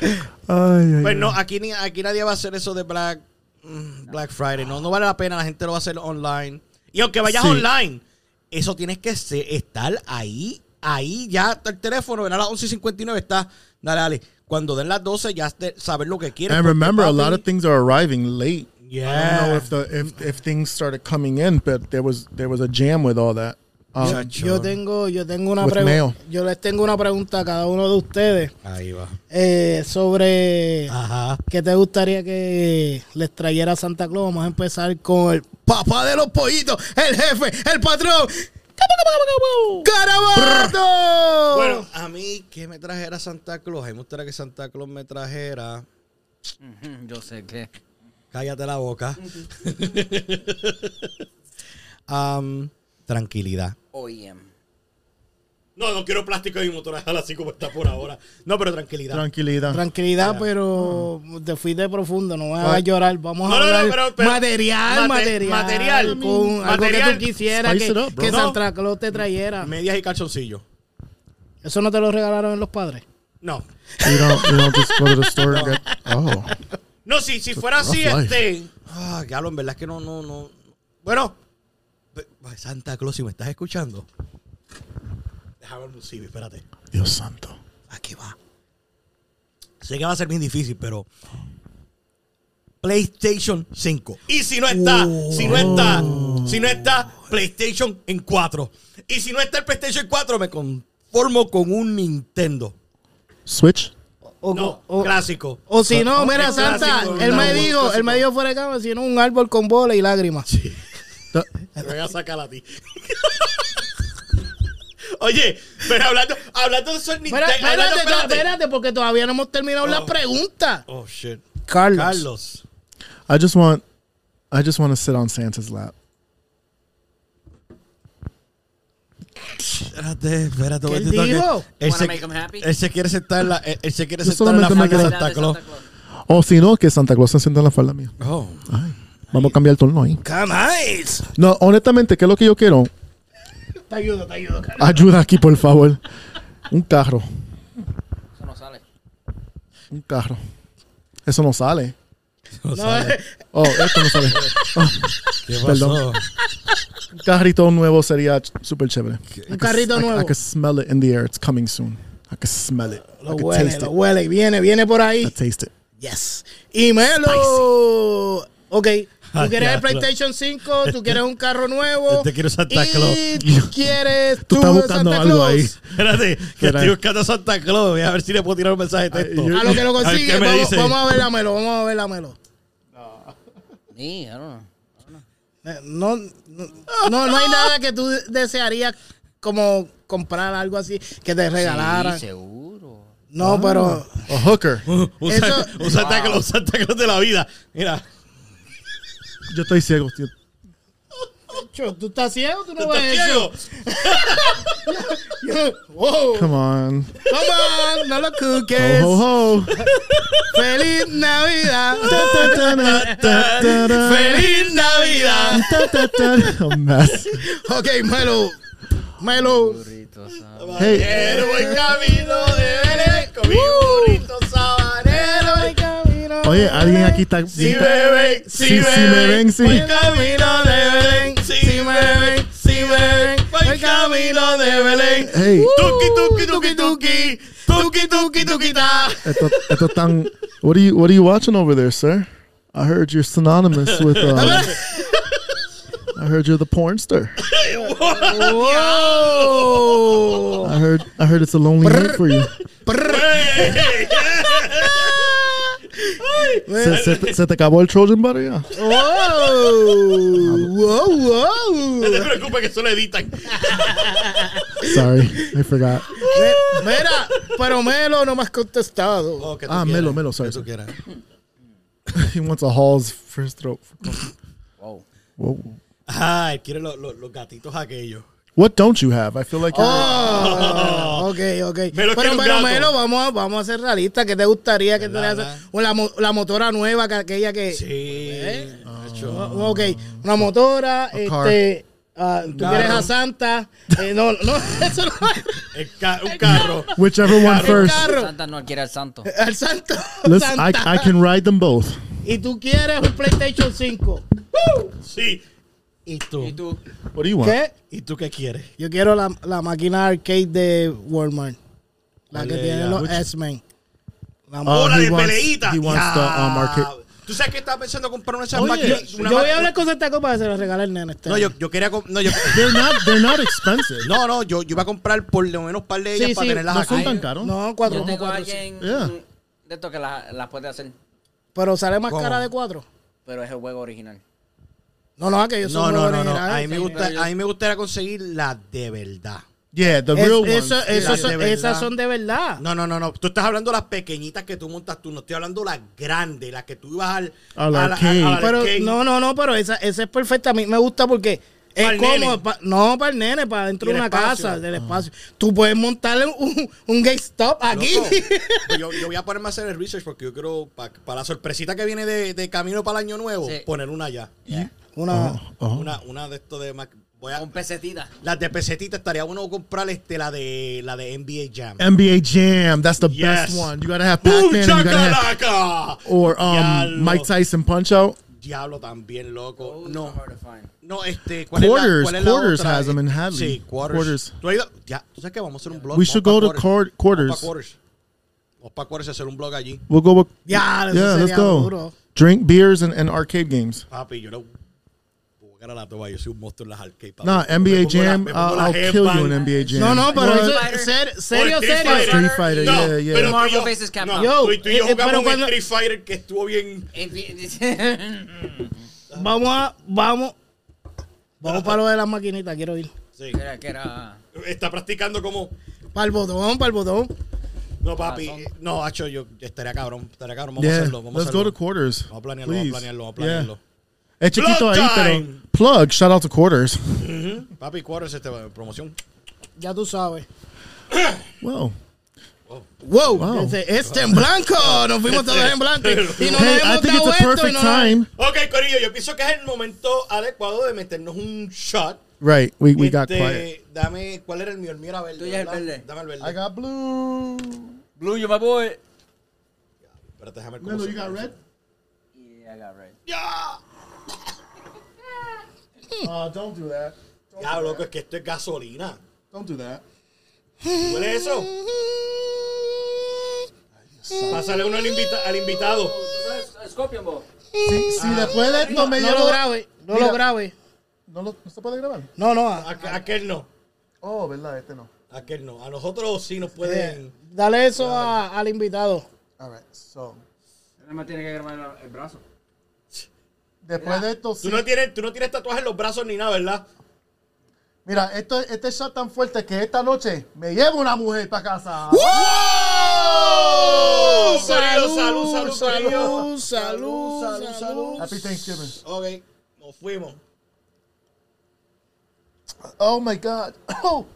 Speaker 4: Ay, ay,
Speaker 2: Pues no, aquí, ni, aquí nadie va a hacer eso de Black, mm, Black Friday. No, no vale la pena. La gente lo va a hacer online. Y aunque vayas
Speaker 4: Sí.
Speaker 2: online, eso tienes que se- estar ahí. Ahí ya está el teléfono. Ven a las 11.59. Está. Dale, dale. Cuando den las 12, ya te- saber lo que quieres.
Speaker 4: And
Speaker 2: porque,
Speaker 4: remember, a lot
Speaker 2: papi,
Speaker 4: of things are arriving late. I don't know
Speaker 2: Yeah.
Speaker 4: if the if, if things started coming in, but there was there was a jam with all that. Um,
Speaker 2: Chacho.
Speaker 3: Yo tengo, yo tengo una
Speaker 4: With mail.
Speaker 3: pregunta. Yo les tengo una pregunta a cada uno de ustedes
Speaker 2: Ahí va.
Speaker 3: eh, sobre
Speaker 4: Ah.
Speaker 2: Ajá.
Speaker 3: qué te gustaría que les trayera Santa Claus. Vamos a empezar con el papá de los pollitos, el jefe, el patrón. ¡Carabato!
Speaker 2: Bueno, a mí, ¿qué me trajera Santa Claus? A mí me gustaría que Santa Claus me trajera.
Speaker 1: Ujú, Mm-hmm. Yo sé que.
Speaker 2: Cállate la boca. Am, tranquilidad.
Speaker 1: OEM.
Speaker 2: No, no quiero plástico y motor así como está por ahora. No, pero tranquilidad.
Speaker 4: Tranquilidad.
Speaker 3: Tranquilidad,
Speaker 4: Ah.
Speaker 3: pero te fuiste profundo, no vas a
Speaker 4: Vale.
Speaker 3: llorar. Vamos a
Speaker 2: No, no, no,
Speaker 3: hablar
Speaker 2: pero- pero-
Speaker 3: material,
Speaker 2: mate-
Speaker 3: material,
Speaker 2: material.
Speaker 3: con algo que
Speaker 2: Material.
Speaker 3: tú quisieras
Speaker 4: Spice
Speaker 3: que,
Speaker 4: it up, bro.
Speaker 3: que
Speaker 2: No.
Speaker 3: Santa Claus te trayera.
Speaker 2: Medias y calzoncillos.
Speaker 3: Eso no te lo regalaron los padres.
Speaker 2: No.
Speaker 4: you don't you don't just go to the store and get oh
Speaker 2: No, si, si fuera así,
Speaker 4: rough
Speaker 2: este. Ah, ya lo, en verdad es que no, no, no. Bueno, pe- ay, Santa Claus, si me estás escuchando. Déjame el musibi, espérate.
Speaker 4: Dios santo.
Speaker 2: Aquí va. Sé que va a ser bien difícil, pero. PlayStation 5. Y si no está, si no está, si no está, PlayStation en 4. Y si no está el PlayStation 4, me conformo con un Nintendo.
Speaker 4: Switch.
Speaker 3: O,
Speaker 2: No,
Speaker 3: o-
Speaker 2: clásico.
Speaker 3: o si no, mira,
Speaker 2: es
Speaker 3: Santa,
Speaker 2: clásico,
Speaker 3: él
Speaker 2: no,
Speaker 3: me
Speaker 2: es
Speaker 3: dijo, él
Speaker 2: clásico.
Speaker 3: me dijo fuera de cama, si no, un árbol con bola y lágrimas.
Speaker 4: The-
Speaker 2: Te voy a sacar a ti. Oye, pero hablando, hablando de esos
Speaker 3: Espera-
Speaker 2: Nintendo. hablando-
Speaker 3: Espérate, espérate, porque todavía no hemos terminado las preguntas.
Speaker 2: Oh, shit.
Speaker 3: Carlos.
Speaker 2: Carlos.
Speaker 4: I just want I just want to sit on Santa's lap.
Speaker 2: Espérate, espérate.
Speaker 3: ¿Qué
Speaker 2: espérate,
Speaker 3: dijo?
Speaker 2: toque. Él
Speaker 1: Wanna
Speaker 2: se,
Speaker 1: make him happy?
Speaker 2: él se quiere sentar en la, él, él se quiere
Speaker 4: Yo
Speaker 2: sentar en la
Speaker 4: solamente
Speaker 3: Ah,
Speaker 4: me
Speaker 2: falda de
Speaker 4: quedo-
Speaker 2: Santa Claus.
Speaker 4: Oh, si no, que Santa Claus se sienta en la falda mía.
Speaker 2: Oh.
Speaker 4: Vamos a cambiar el torno ahí.
Speaker 2: Come nice.
Speaker 4: No, honestamente, ¿qué es lo que yo quiero?
Speaker 3: Te ayudo, te ayudo, Carlos.
Speaker 4: Ayuda aquí, por favor. Un carro.
Speaker 1: Eso no sale.
Speaker 4: Un carro. Eso no sale.
Speaker 3: No,
Speaker 4: Oh, esto no sale.
Speaker 2: ¿Qué pasó?
Speaker 4: Perdón. Un carrito nuevo sería ch- súper chévere.
Speaker 3: Un carrito
Speaker 4: I,
Speaker 3: nuevo.
Speaker 4: I can smell it in the air. It's coming soon. I can smell it. I
Speaker 3: Lo
Speaker 4: can
Speaker 3: huele,
Speaker 4: taste
Speaker 3: lo
Speaker 4: it.
Speaker 3: huele. Viene, viene por
Speaker 4: I
Speaker 3: ahí.
Speaker 4: taste it.
Speaker 3: Yes. Y Melo. Ok. Tú quieres el PlayStation 5, tú quieres un carro nuevo.
Speaker 2: Este quiero Santa Claus.
Speaker 3: Y tú quieres
Speaker 4: Tú estás
Speaker 3: de
Speaker 4: buscando
Speaker 3: Santa
Speaker 4: algo
Speaker 3: Claus.
Speaker 4: ahí.
Speaker 2: Espérate, que estoy buscando a Santa Claus. Voy a ver si le puedo tirar un mensaje de texto.
Speaker 3: A lo que lo
Speaker 2: ver
Speaker 3: consigue.
Speaker 2: qué me
Speaker 3: Vamos,
Speaker 2: dice.
Speaker 3: vamos a ver la Melo, vamos a ver la Melo.
Speaker 1: Me, I don't know.
Speaker 3: Eh, No, no, no, no hay nada que tú desearías como comprar algo así que te regalaran.
Speaker 1: Sí, seguro.
Speaker 3: No,
Speaker 4: Ah.
Speaker 3: pero
Speaker 4: A hooker.
Speaker 2: Un,
Speaker 3: Eso-
Speaker 2: Santa, un Santa Claus, un Santa Claus de la vida. Mira,
Speaker 4: Yo estoy ciego, tío.
Speaker 3: Cho, tú estás ciego, tú no
Speaker 2: ¿estás
Speaker 3: ves eso.
Speaker 2: ciego?
Speaker 3: Wow.
Speaker 4: Come on.
Speaker 3: Come on, no lo
Speaker 4: Ho,
Speaker 3: cuques.
Speaker 4: ho, ho.
Speaker 3: Feliz Navidad.
Speaker 2: ¡Feliz Navidad!
Speaker 4: A mess.
Speaker 3: ok, Melo. Melo.
Speaker 1: Burrito, ¿sabes?
Speaker 4: Hey,
Speaker 2: El buen camino de Belén con mi
Speaker 3: Uh.
Speaker 2: burrito sabanero.
Speaker 4: oye, alguien aquí está.
Speaker 2: Si me ven, si,
Speaker 4: Sí,
Speaker 2: me,
Speaker 4: sí me
Speaker 2: ven,
Speaker 4: ven, sí.
Speaker 2: por el camino de Belén. Si, me ven, si me ven, por el camino de Belén.
Speaker 4: Hey,
Speaker 2: Tuki, tuki, tuki, tuki. Tuki, tuki, tuki, ta.
Speaker 4: esto, esto tan. What are you What are you watching over there, sir? I heard you're synonymous with. Um, I heard you're the pornster.
Speaker 3: Wow.
Speaker 4: I heard I heard it's a lonely night for you. Se, se, te- se te acabó el Trojan butter ya.
Speaker 3: Wow. Wow, wow.
Speaker 2: No te preocupes que eso lo editan.
Speaker 4: Sorry, I forgot.
Speaker 3: Me- Mira, pero Melo no me has contestado.
Speaker 4: Ah, Melo, Melo, sorry.
Speaker 2: Eso Oh, quieras.
Speaker 4: He wants a Hall's for his throat.
Speaker 1: Wow.
Speaker 4: Whoa.
Speaker 2: Ah, él quiere los, los, los gatitos aquellos.
Speaker 4: What don't you have? I feel like you're.
Speaker 3: Ah, ok, ok.
Speaker 2: Melo quiere
Speaker 3: pero
Speaker 2: un
Speaker 3: Melo,
Speaker 2: gato.
Speaker 3: Melo, vamos a, vamos a ser realistas. ¿Qué te gustaría que te
Speaker 2: ¿Verdad,
Speaker 3: hace-
Speaker 2: verdad?
Speaker 3: o la, mo- la motora nueva, que aquella que.
Speaker 2: Sí.
Speaker 3: ¿Eh?
Speaker 2: Ah. Nacho.
Speaker 3: O- Ok, una motora.
Speaker 4: car.
Speaker 3: este, ah, tú quieres a Santa. Eh, no, no, eso no es.
Speaker 2: El ca- un carro.
Speaker 4: Whichever one
Speaker 3: El
Speaker 4: first.
Speaker 3: carro.
Speaker 1: Santa no quiere al santo.
Speaker 3: Al santo.
Speaker 4: Listen, I,
Speaker 3: Santa.
Speaker 4: I can ride them both.
Speaker 3: Y tú quieres un PlayStation 5.
Speaker 2: Sí. ¿Y tú? ¿Y tú,
Speaker 4: What do you want?
Speaker 3: ¿Qué?
Speaker 2: qué quieres?
Speaker 3: Yo quiero la, la máquina arcade de Walmart. La que
Speaker 2: Ole,
Speaker 3: tiene
Speaker 2: ya. Ah.
Speaker 3: los X-Men. La
Speaker 4: Oh,
Speaker 2: ¡Hola
Speaker 4: he
Speaker 2: de
Speaker 4: wants-
Speaker 2: peleita!
Speaker 4: he wants the, um, arcade-
Speaker 2: ¿Tú sabes que estaba pensando comprar una de esas
Speaker 4: Oye,
Speaker 2: máquinas?
Speaker 3: yo
Speaker 2: Una
Speaker 3: voy
Speaker 2: ma-
Speaker 3: a hablar con Santa Copa para que se lo regale el nene. Este
Speaker 2: No, yo, yo quería... com- No, yo...
Speaker 4: They're not. They're not expensive.
Speaker 2: No, no, yo, yo iba a comprar por lo menos un par de ellas
Speaker 3: Sí,
Speaker 2: para
Speaker 3: sí,
Speaker 2: tenerlas
Speaker 4: No
Speaker 2: acá.
Speaker 4: son tan caros.
Speaker 3: No, cuatro.
Speaker 1: Yo tengo a
Speaker 3: cuatro, sí.
Speaker 1: alguien
Speaker 4: Yeah.
Speaker 1: de esto que las la puede hacer,
Speaker 3: Pero sale más
Speaker 2: ¿Cómo?
Speaker 3: cara de cuatro.
Speaker 1: pero es el juego original.
Speaker 3: No, no, que yo
Speaker 2: No,
Speaker 3: soy
Speaker 2: no,
Speaker 3: muy
Speaker 2: no, no.
Speaker 3: original.
Speaker 2: A mí, me
Speaker 3: Sí.
Speaker 2: gusta, a mí me gustaría conseguir las de verdad.
Speaker 4: Yeah, the
Speaker 3: Es-
Speaker 4: real
Speaker 3: eso- eso
Speaker 2: Las
Speaker 4: ones.
Speaker 2: de
Speaker 3: son-
Speaker 2: verdad.
Speaker 3: esas son de verdad.
Speaker 2: No, no, no, no. Tú estás hablando de las pequeñitas que tú montas tú. No estoy hablando de las grandes, las que tú ibas al...
Speaker 4: Al
Speaker 2: la-
Speaker 4: arcade.
Speaker 2: al
Speaker 3: pero,
Speaker 2: arcade.
Speaker 3: no, no, no, pero esa, esa es perfecta. A mí me gusta porque es
Speaker 2: Para el nene.
Speaker 3: cómodo. pa- no, para el nene, para dentro
Speaker 2: Y
Speaker 3: de una
Speaker 2: el espacio.
Speaker 3: casa,
Speaker 4: Ah.
Speaker 3: del espacio. Tú puedes montarle un, un GameStop aquí.
Speaker 2: Loco, pues yo, yo voy a ponerme a hacer el research porque yo quiero, pa- para la sorpresita que viene de, de camino para el año nuevo,
Speaker 1: Sí.
Speaker 2: poner una ya.
Speaker 3: Una,
Speaker 4: Oh.
Speaker 2: Una, una de esto de Mac. Voy a,
Speaker 1: Con pesetita.
Speaker 2: las de pesetita estaría uno comprar este, la de la de NBA Jam.
Speaker 4: NBA Jam. That's the
Speaker 2: Yes.
Speaker 4: best one. You gotta have
Speaker 2: ¡Pum,
Speaker 4: Pac-Man. and You gotta have,
Speaker 2: chacalaca!
Speaker 4: or um,
Speaker 2: Diablo.
Speaker 4: Mike Tyson Punch Out.
Speaker 2: Diablo también, loco.
Speaker 1: Those are
Speaker 2: No,
Speaker 1: Oh, hard to find.
Speaker 2: no, este. ¿cuál es la-
Speaker 4: Quarters.
Speaker 2: cuál es la
Speaker 4: quarters
Speaker 2: otra?
Speaker 4: has them in Hadley.
Speaker 2: Sí, quarters.
Speaker 4: Quarters.
Speaker 2: ¿Tú has ido? Ya, ¿tú sabes que vamos a hacer un blog?
Speaker 4: We should
Speaker 2: Vamos
Speaker 4: go
Speaker 2: pa'
Speaker 4: to quar- quarters.
Speaker 2: Vamos para quarters. Vamos para quarters a hacer un blog allí.
Speaker 4: We'll go. With,
Speaker 3: Ya, eso
Speaker 4: yeah, let's
Speaker 3: sería
Speaker 4: go.
Speaker 3: duro.
Speaker 4: Drink beers and, and arcade games.
Speaker 2: Papi, yo no. Voy a ganar la toalla, yo soy un monstruo en las arcades. papi.
Speaker 4: Nah,
Speaker 2: Me
Speaker 4: NBA
Speaker 2: pongo la-
Speaker 4: Jam. uh,
Speaker 2: me pongo
Speaker 4: I'll,
Speaker 2: la
Speaker 4: I'll kill you
Speaker 2: headband.
Speaker 4: in NBA Jam.
Speaker 3: No, no, pero
Speaker 4: What?
Speaker 3: eso
Speaker 1: Street
Speaker 3: es
Speaker 1: Fighter.
Speaker 3: ser- serio,
Speaker 2: Por Street
Speaker 3: serio.
Speaker 2: Fighter.
Speaker 4: Street Fighter,
Speaker 2: No,
Speaker 4: yeah, yeah.
Speaker 2: Pero
Speaker 1: Marvel
Speaker 2: tú y yo,
Speaker 1: vs. Capcom.
Speaker 2: no,
Speaker 3: Yo,
Speaker 2: tú y tú y
Speaker 3: eh,
Speaker 2: yo
Speaker 3: eh,
Speaker 2: jugamos
Speaker 3: pero
Speaker 2: un
Speaker 3: cuando-
Speaker 2: Street Fighter que estuvo bien.
Speaker 3: Vamos a, vamos. Vamos para lo de las maquinitas, quiero ir.
Speaker 2: Sí.
Speaker 1: que era, que era
Speaker 2: Está practicando como.
Speaker 3: Para el botón, para el botón.
Speaker 2: No, papi. eh, No, Hacho, yo estaría cabrón. Estaría cabrón. Vamos a
Speaker 4: Yeah,
Speaker 2: hacerlo. Vamos
Speaker 4: let's
Speaker 2: a
Speaker 4: go
Speaker 2: hacerlo.
Speaker 4: to quarters.
Speaker 2: Vamos a planearlo, vamos a
Speaker 4: please.
Speaker 2: planearlo, vamos a
Speaker 4: Yeah.
Speaker 2: planearlo.
Speaker 4: Es chiquito
Speaker 2: Plug
Speaker 4: ahí,
Speaker 2: time.
Speaker 4: pero plug. Shout out to quarters.
Speaker 2: Papi, Quarters, este, promoción.
Speaker 3: Ya tú sabes.
Speaker 4: Wow.
Speaker 3: Wow,
Speaker 4: Wow.
Speaker 3: Este, este en blanco. Nos fuimos todos en blanco. Y no
Speaker 4: hey,
Speaker 3: nos
Speaker 4: I
Speaker 3: hemos
Speaker 4: think
Speaker 3: dado esto.
Speaker 4: it's a
Speaker 3: y
Speaker 4: perfect
Speaker 3: no nos-
Speaker 4: time.
Speaker 2: Ok, Corillo, yo pienso que es el momento adecuado de meternos un shot.
Speaker 4: Right, we, we got
Speaker 2: Este,
Speaker 4: quiet.
Speaker 2: Dame, ¿cuál era el mío? El mío era verde.
Speaker 1: Tú ya el
Speaker 2: ¿verdad?
Speaker 1: verde.
Speaker 2: Dame el verde.
Speaker 4: got blue.
Speaker 1: Blue, you my boy.
Speaker 2: Espérate, déjame ver cómo
Speaker 4: Melo,
Speaker 2: se-
Speaker 4: you got red?
Speaker 1: Yeah, I got red.
Speaker 2: ¡Ya!
Speaker 4: Oh, don't do that.
Speaker 2: Ya, loco, es que esto es gasolina.
Speaker 4: Don't do that.
Speaker 2: ¿Huele eso? Pásale uno al, invita- al invitado.
Speaker 1: Scorpion Ball.
Speaker 4: Si, si después de esto me
Speaker 3: No lo grabe, no
Speaker 4: Mira.
Speaker 3: lo grabe.
Speaker 4: No, lo, no se puede grabar.
Speaker 3: No, no. a-
Speaker 2: Aqu- aquel no.
Speaker 4: Oh, verdad, este no.
Speaker 2: Aquel no. A nosotros sí nos
Speaker 3: eh,
Speaker 2: pueden.
Speaker 3: Dale eso a- al invitado.
Speaker 4: All right, so.
Speaker 1: Nada más tiene que grabar el brazo.
Speaker 4: Después de esto,
Speaker 2: Tú
Speaker 4: sí.
Speaker 2: no tienes, tú no tienes tatuajes en los brazos ni nada, ¿verdad?
Speaker 4: Mira, esto, este shot tan fuerte que esta noche me llevo una mujer para casa.
Speaker 2: ¡Wow! Corillo, Salud, salud, corillo.
Speaker 3: salud, salud,
Speaker 2: salud, salud.
Speaker 4: Happy Thanksgiving.
Speaker 2: Ok, nos fuimos.
Speaker 4: Oh my God. Oh.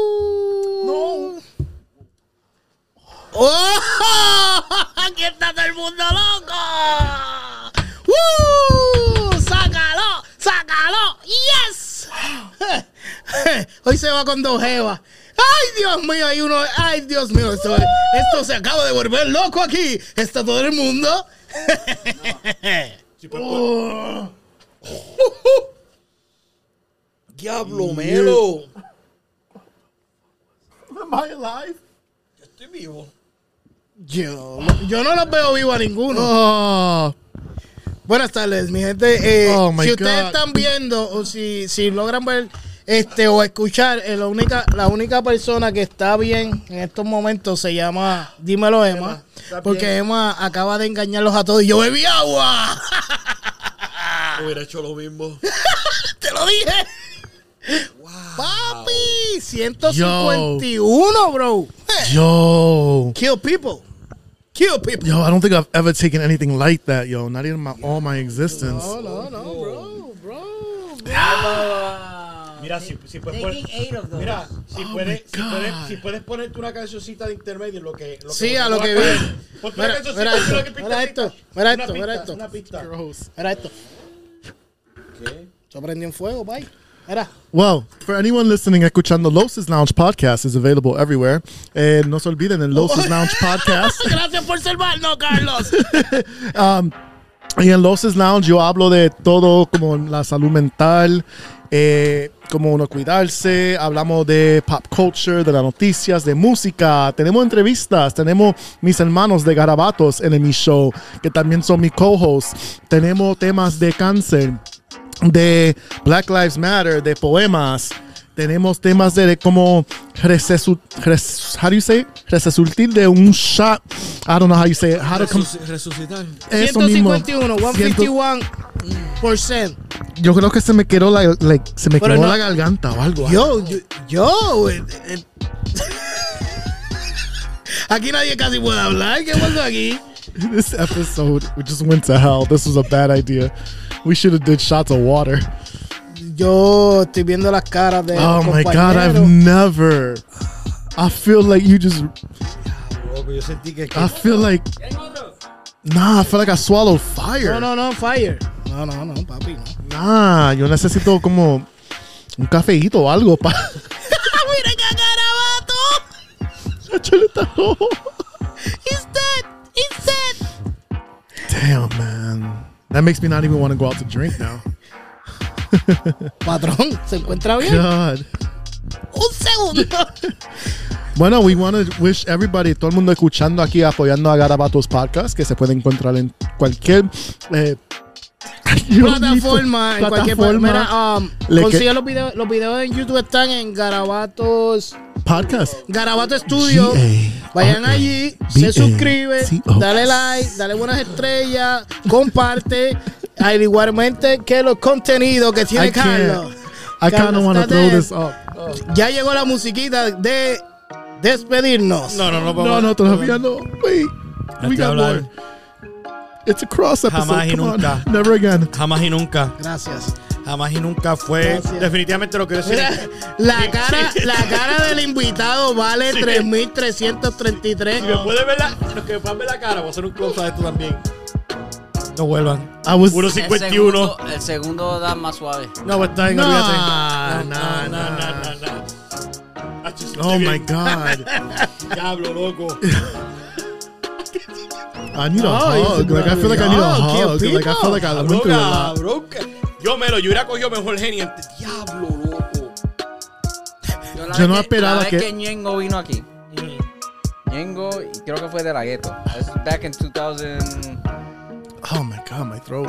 Speaker 4: Woo! no.
Speaker 3: ¡Oh! ¡Aquí está todo el mundo loco! ¡Woo! ¡Sácalo! ¡Sácalo! ¡Yes! Hoy se va con dos jevas. ¡Ay, Dios mío! Hay uno. ¡Ay, Dios mío! Esto, esto se acaba de volver loco aquí. Está todo el mundo.
Speaker 2: Diablo, Melo.
Speaker 4: Am I alive?
Speaker 2: Estoy vivo.
Speaker 3: Yo, yo no los veo vivo a ninguno.
Speaker 4: Ah,
Speaker 3: Buenas tardes, mi gente. Eh,
Speaker 4: Oh, my
Speaker 3: si ustedes
Speaker 4: God.
Speaker 3: están viendo o si, si logran ver este o escuchar, eh, la única la única persona que está bien en estos momentos se llama Dímelo Emma, porque Emma acaba de engañarlos a todos y yo bebí agua.
Speaker 2: Hubiera hecho lo mismo.
Speaker 3: Te lo dije. Papi, 151, bro. Eh,
Speaker 4: Yo.
Speaker 3: Kill people. Kill people.
Speaker 4: Yo, I don't think I've ever taken anything like that, yo. Not even my, all my existence.
Speaker 3: no, no, bro, bro.
Speaker 2: Mira, si, si puedes poner.
Speaker 1: Taking eight of those.
Speaker 2: Mira, si,
Speaker 4: Oh
Speaker 2: puedes,
Speaker 4: my
Speaker 2: si, puedes,
Speaker 4: God.
Speaker 2: si puedes ponerte una cancioncita de intermedio, lo que. Lo que
Speaker 3: Sí, a lo que vi.
Speaker 2: Ponte una
Speaker 3: Mira,
Speaker 2: cancioncita,
Speaker 3: mira
Speaker 2: una
Speaker 3: esto,
Speaker 2: pista,
Speaker 3: mira esto, mira
Speaker 2: pista. Una
Speaker 3: esto, mira
Speaker 2: pista,
Speaker 3: esto.
Speaker 2: Una pista.
Speaker 4: Gross.
Speaker 3: Mira esto. Se prendió en fuego, bye. Mira.
Speaker 4: Well, for anyone listening, escuchando Los's Lounge podcast is available everywhere. And no se olviden en Los's Lounge podcast.
Speaker 3: Gracias por salvarnos, Carlos.
Speaker 4: Y en Los's Lounge yo hablo de todo como la salud mental, eh, cómo uno cuidarse, hablamos de pop culture, de las noticias, de música, tenemos entrevistas, tenemos mis hermanos de Garabatos en mi show, que también son mis co-hosts, tenemos temas de cáncer, de Black Lives Matter, de poemas. Tenemos temas de, cómo resesu, res- how do you say? resucitar de un shot. I don't know how you say it. How to com-
Speaker 2: resucitar.
Speaker 4: eso mismo.
Speaker 3: 151, 151%.
Speaker 4: Yo creo que se me quedó la, like, se me
Speaker 3: Pero
Speaker 4: quedó
Speaker 3: no.
Speaker 4: la garganta o algo.
Speaker 3: Yo, yo, yo. eh, eh. Aquí nadie casi puede hablar. ¿Qué pasó aquí?
Speaker 4: This episode we just went to hell. This was a bad idea. We should have did shots of water.
Speaker 3: Yo estoy viendo las caras de.
Speaker 4: Oh
Speaker 3: los
Speaker 4: my god, I've
Speaker 3: compañeros.
Speaker 4: never. I feel like you just.
Speaker 2: Loco, yo sentí que.
Speaker 4: I feel like. Nah, I feel like I swallowed fire.
Speaker 3: No, no, no, fire. No, no, no, papi, no.
Speaker 4: Nah, yo necesito como un cafeíto o algo para.
Speaker 3: ¡Mira qué garabato! He's dead. He's dead.
Speaker 4: Damn, man. That makes me not even want to go out to drink now.
Speaker 3: Patrón, ¿se encuentra bien?
Speaker 4: God.
Speaker 3: Un segundo.
Speaker 4: Bueno, we want to wish everybody, todo el mundo escuchando aquí, apoyando a Garabatos Podcast, que se puede encontrar en cualquier eh, yo ni-
Speaker 3: plataforma, en cualquier
Speaker 4: plataforma.
Speaker 3: Mira, um,
Speaker 4: Le
Speaker 3: consigue
Speaker 4: que-
Speaker 3: los videos. Los videos en YouTube están en Garabatos.
Speaker 4: podcast.
Speaker 3: Garabato Studio.
Speaker 4: G-A-R-A-B-A-T-O-S.
Speaker 3: Vayan allí,
Speaker 4: eh,
Speaker 3: se suscriben, dale like, dale buenas estrellas, comparte. Al igualmente que los contenidos que tiene
Speaker 4: I can't.
Speaker 3: Carlos.
Speaker 4: I kind of
Speaker 3: Carlos
Speaker 4: want to
Speaker 3: está
Speaker 4: throw
Speaker 3: dead.
Speaker 4: this up.
Speaker 3: Ya llegó la musiquita de despedirnos.
Speaker 2: No, no, no, vamos
Speaker 4: No,
Speaker 2: a-
Speaker 4: no, todavía no. Wait, we got
Speaker 2: hablar.
Speaker 4: more. It's a cross episode.
Speaker 2: Jamás y
Speaker 4: Come on.
Speaker 2: nunca.
Speaker 4: Never again.
Speaker 2: Jamás y nunca.
Speaker 3: Gracias.
Speaker 2: Jamás y nunca fue.
Speaker 3: Gracias.
Speaker 2: Definitivamente lo que yo
Speaker 3: Mira,
Speaker 2: sentí.
Speaker 3: la cara, la cara del invitado vale
Speaker 2: Sí.
Speaker 3: 3.333.
Speaker 2: Si me puedes ver la, los que me puedan ver la cara, voy a hacer un close a esto también. No vuelvan.
Speaker 4: I was.
Speaker 2: 1.51.
Speaker 1: El segundo, el segundo da más suave.
Speaker 2: No, pues está bien,
Speaker 4: Nah,
Speaker 2: olvídate. nah,
Speaker 4: nah,
Speaker 2: nah. Ah, yo estoy
Speaker 4: Oh my
Speaker 2: bien.
Speaker 4: God.
Speaker 2: Diablo, loco.
Speaker 4: I need a
Speaker 3: he's
Speaker 4: hug. Like I feel like I need a
Speaker 3: Oh, kill
Speaker 4: hug. Like I feel like I went through a
Speaker 2: Broca,
Speaker 4: lot.
Speaker 2: broca. Yo me lo, yo hubiera cogido mejor genio. antes. Diablo, loco.
Speaker 1: la
Speaker 4: Yo
Speaker 1: vez
Speaker 4: no esperaba
Speaker 1: la vez
Speaker 4: que-
Speaker 1: que Ñengo vino aquí. Ñengo, y creo que fue de la gueto. That's back in 2000.
Speaker 4: Oh my God, my throat.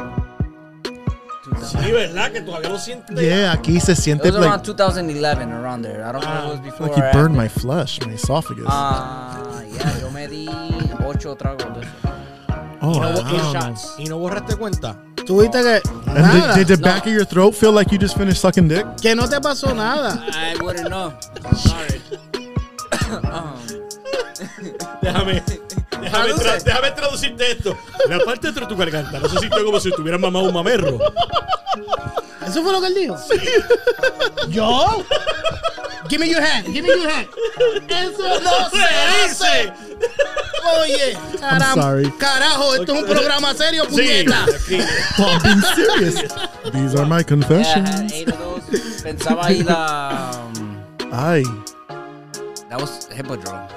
Speaker 2: Sí, verdad que todavía lo siento.
Speaker 4: Yeah, aquí se
Speaker 1: It
Speaker 4: siente
Speaker 1: was around
Speaker 4: like
Speaker 1: 2011, around there. I don't know if it was before.
Speaker 4: Ah, like you
Speaker 1: or after.
Speaker 4: burned my
Speaker 1: Uh,
Speaker 4: flesh, my esophagus.
Speaker 1: Ah, yeah, yo me di ocho tragos de eso.
Speaker 4: Oh,
Speaker 2: y, no, bo- y-
Speaker 4: wow.
Speaker 2: shots. Y no borraste cuenta.
Speaker 3: Tú viste que.
Speaker 4: And
Speaker 3: Nada,
Speaker 4: did, did the back of your throat feel like you just finished sucking dick?
Speaker 3: que no te pasó nada.
Speaker 1: I wouldn't know. Sorry. um,
Speaker 2: Déjame, déjame,
Speaker 1: Traduce.
Speaker 2: tra- déjame traducirte esto. La parte de tu garganta no se sintió como si tuvieras mamado un mamerro.
Speaker 3: ¿Eso fue lo que él dijo? ¿Yo? Give me your hand, give me your hand. Eso no se dice.
Speaker 2: dice!
Speaker 3: Oye,
Speaker 4: sorry.
Speaker 3: caramba. Carajo, esto es un programa serio, puñeta.
Speaker 2: Sí, aquí.
Speaker 4: Well, Oh, I'm being serious. These are my
Speaker 1: yeah, I had
Speaker 4: confessions.
Speaker 1: eight of those. Pensaba ahí la. Um,
Speaker 4: Aye.
Speaker 1: that was Hippodrome.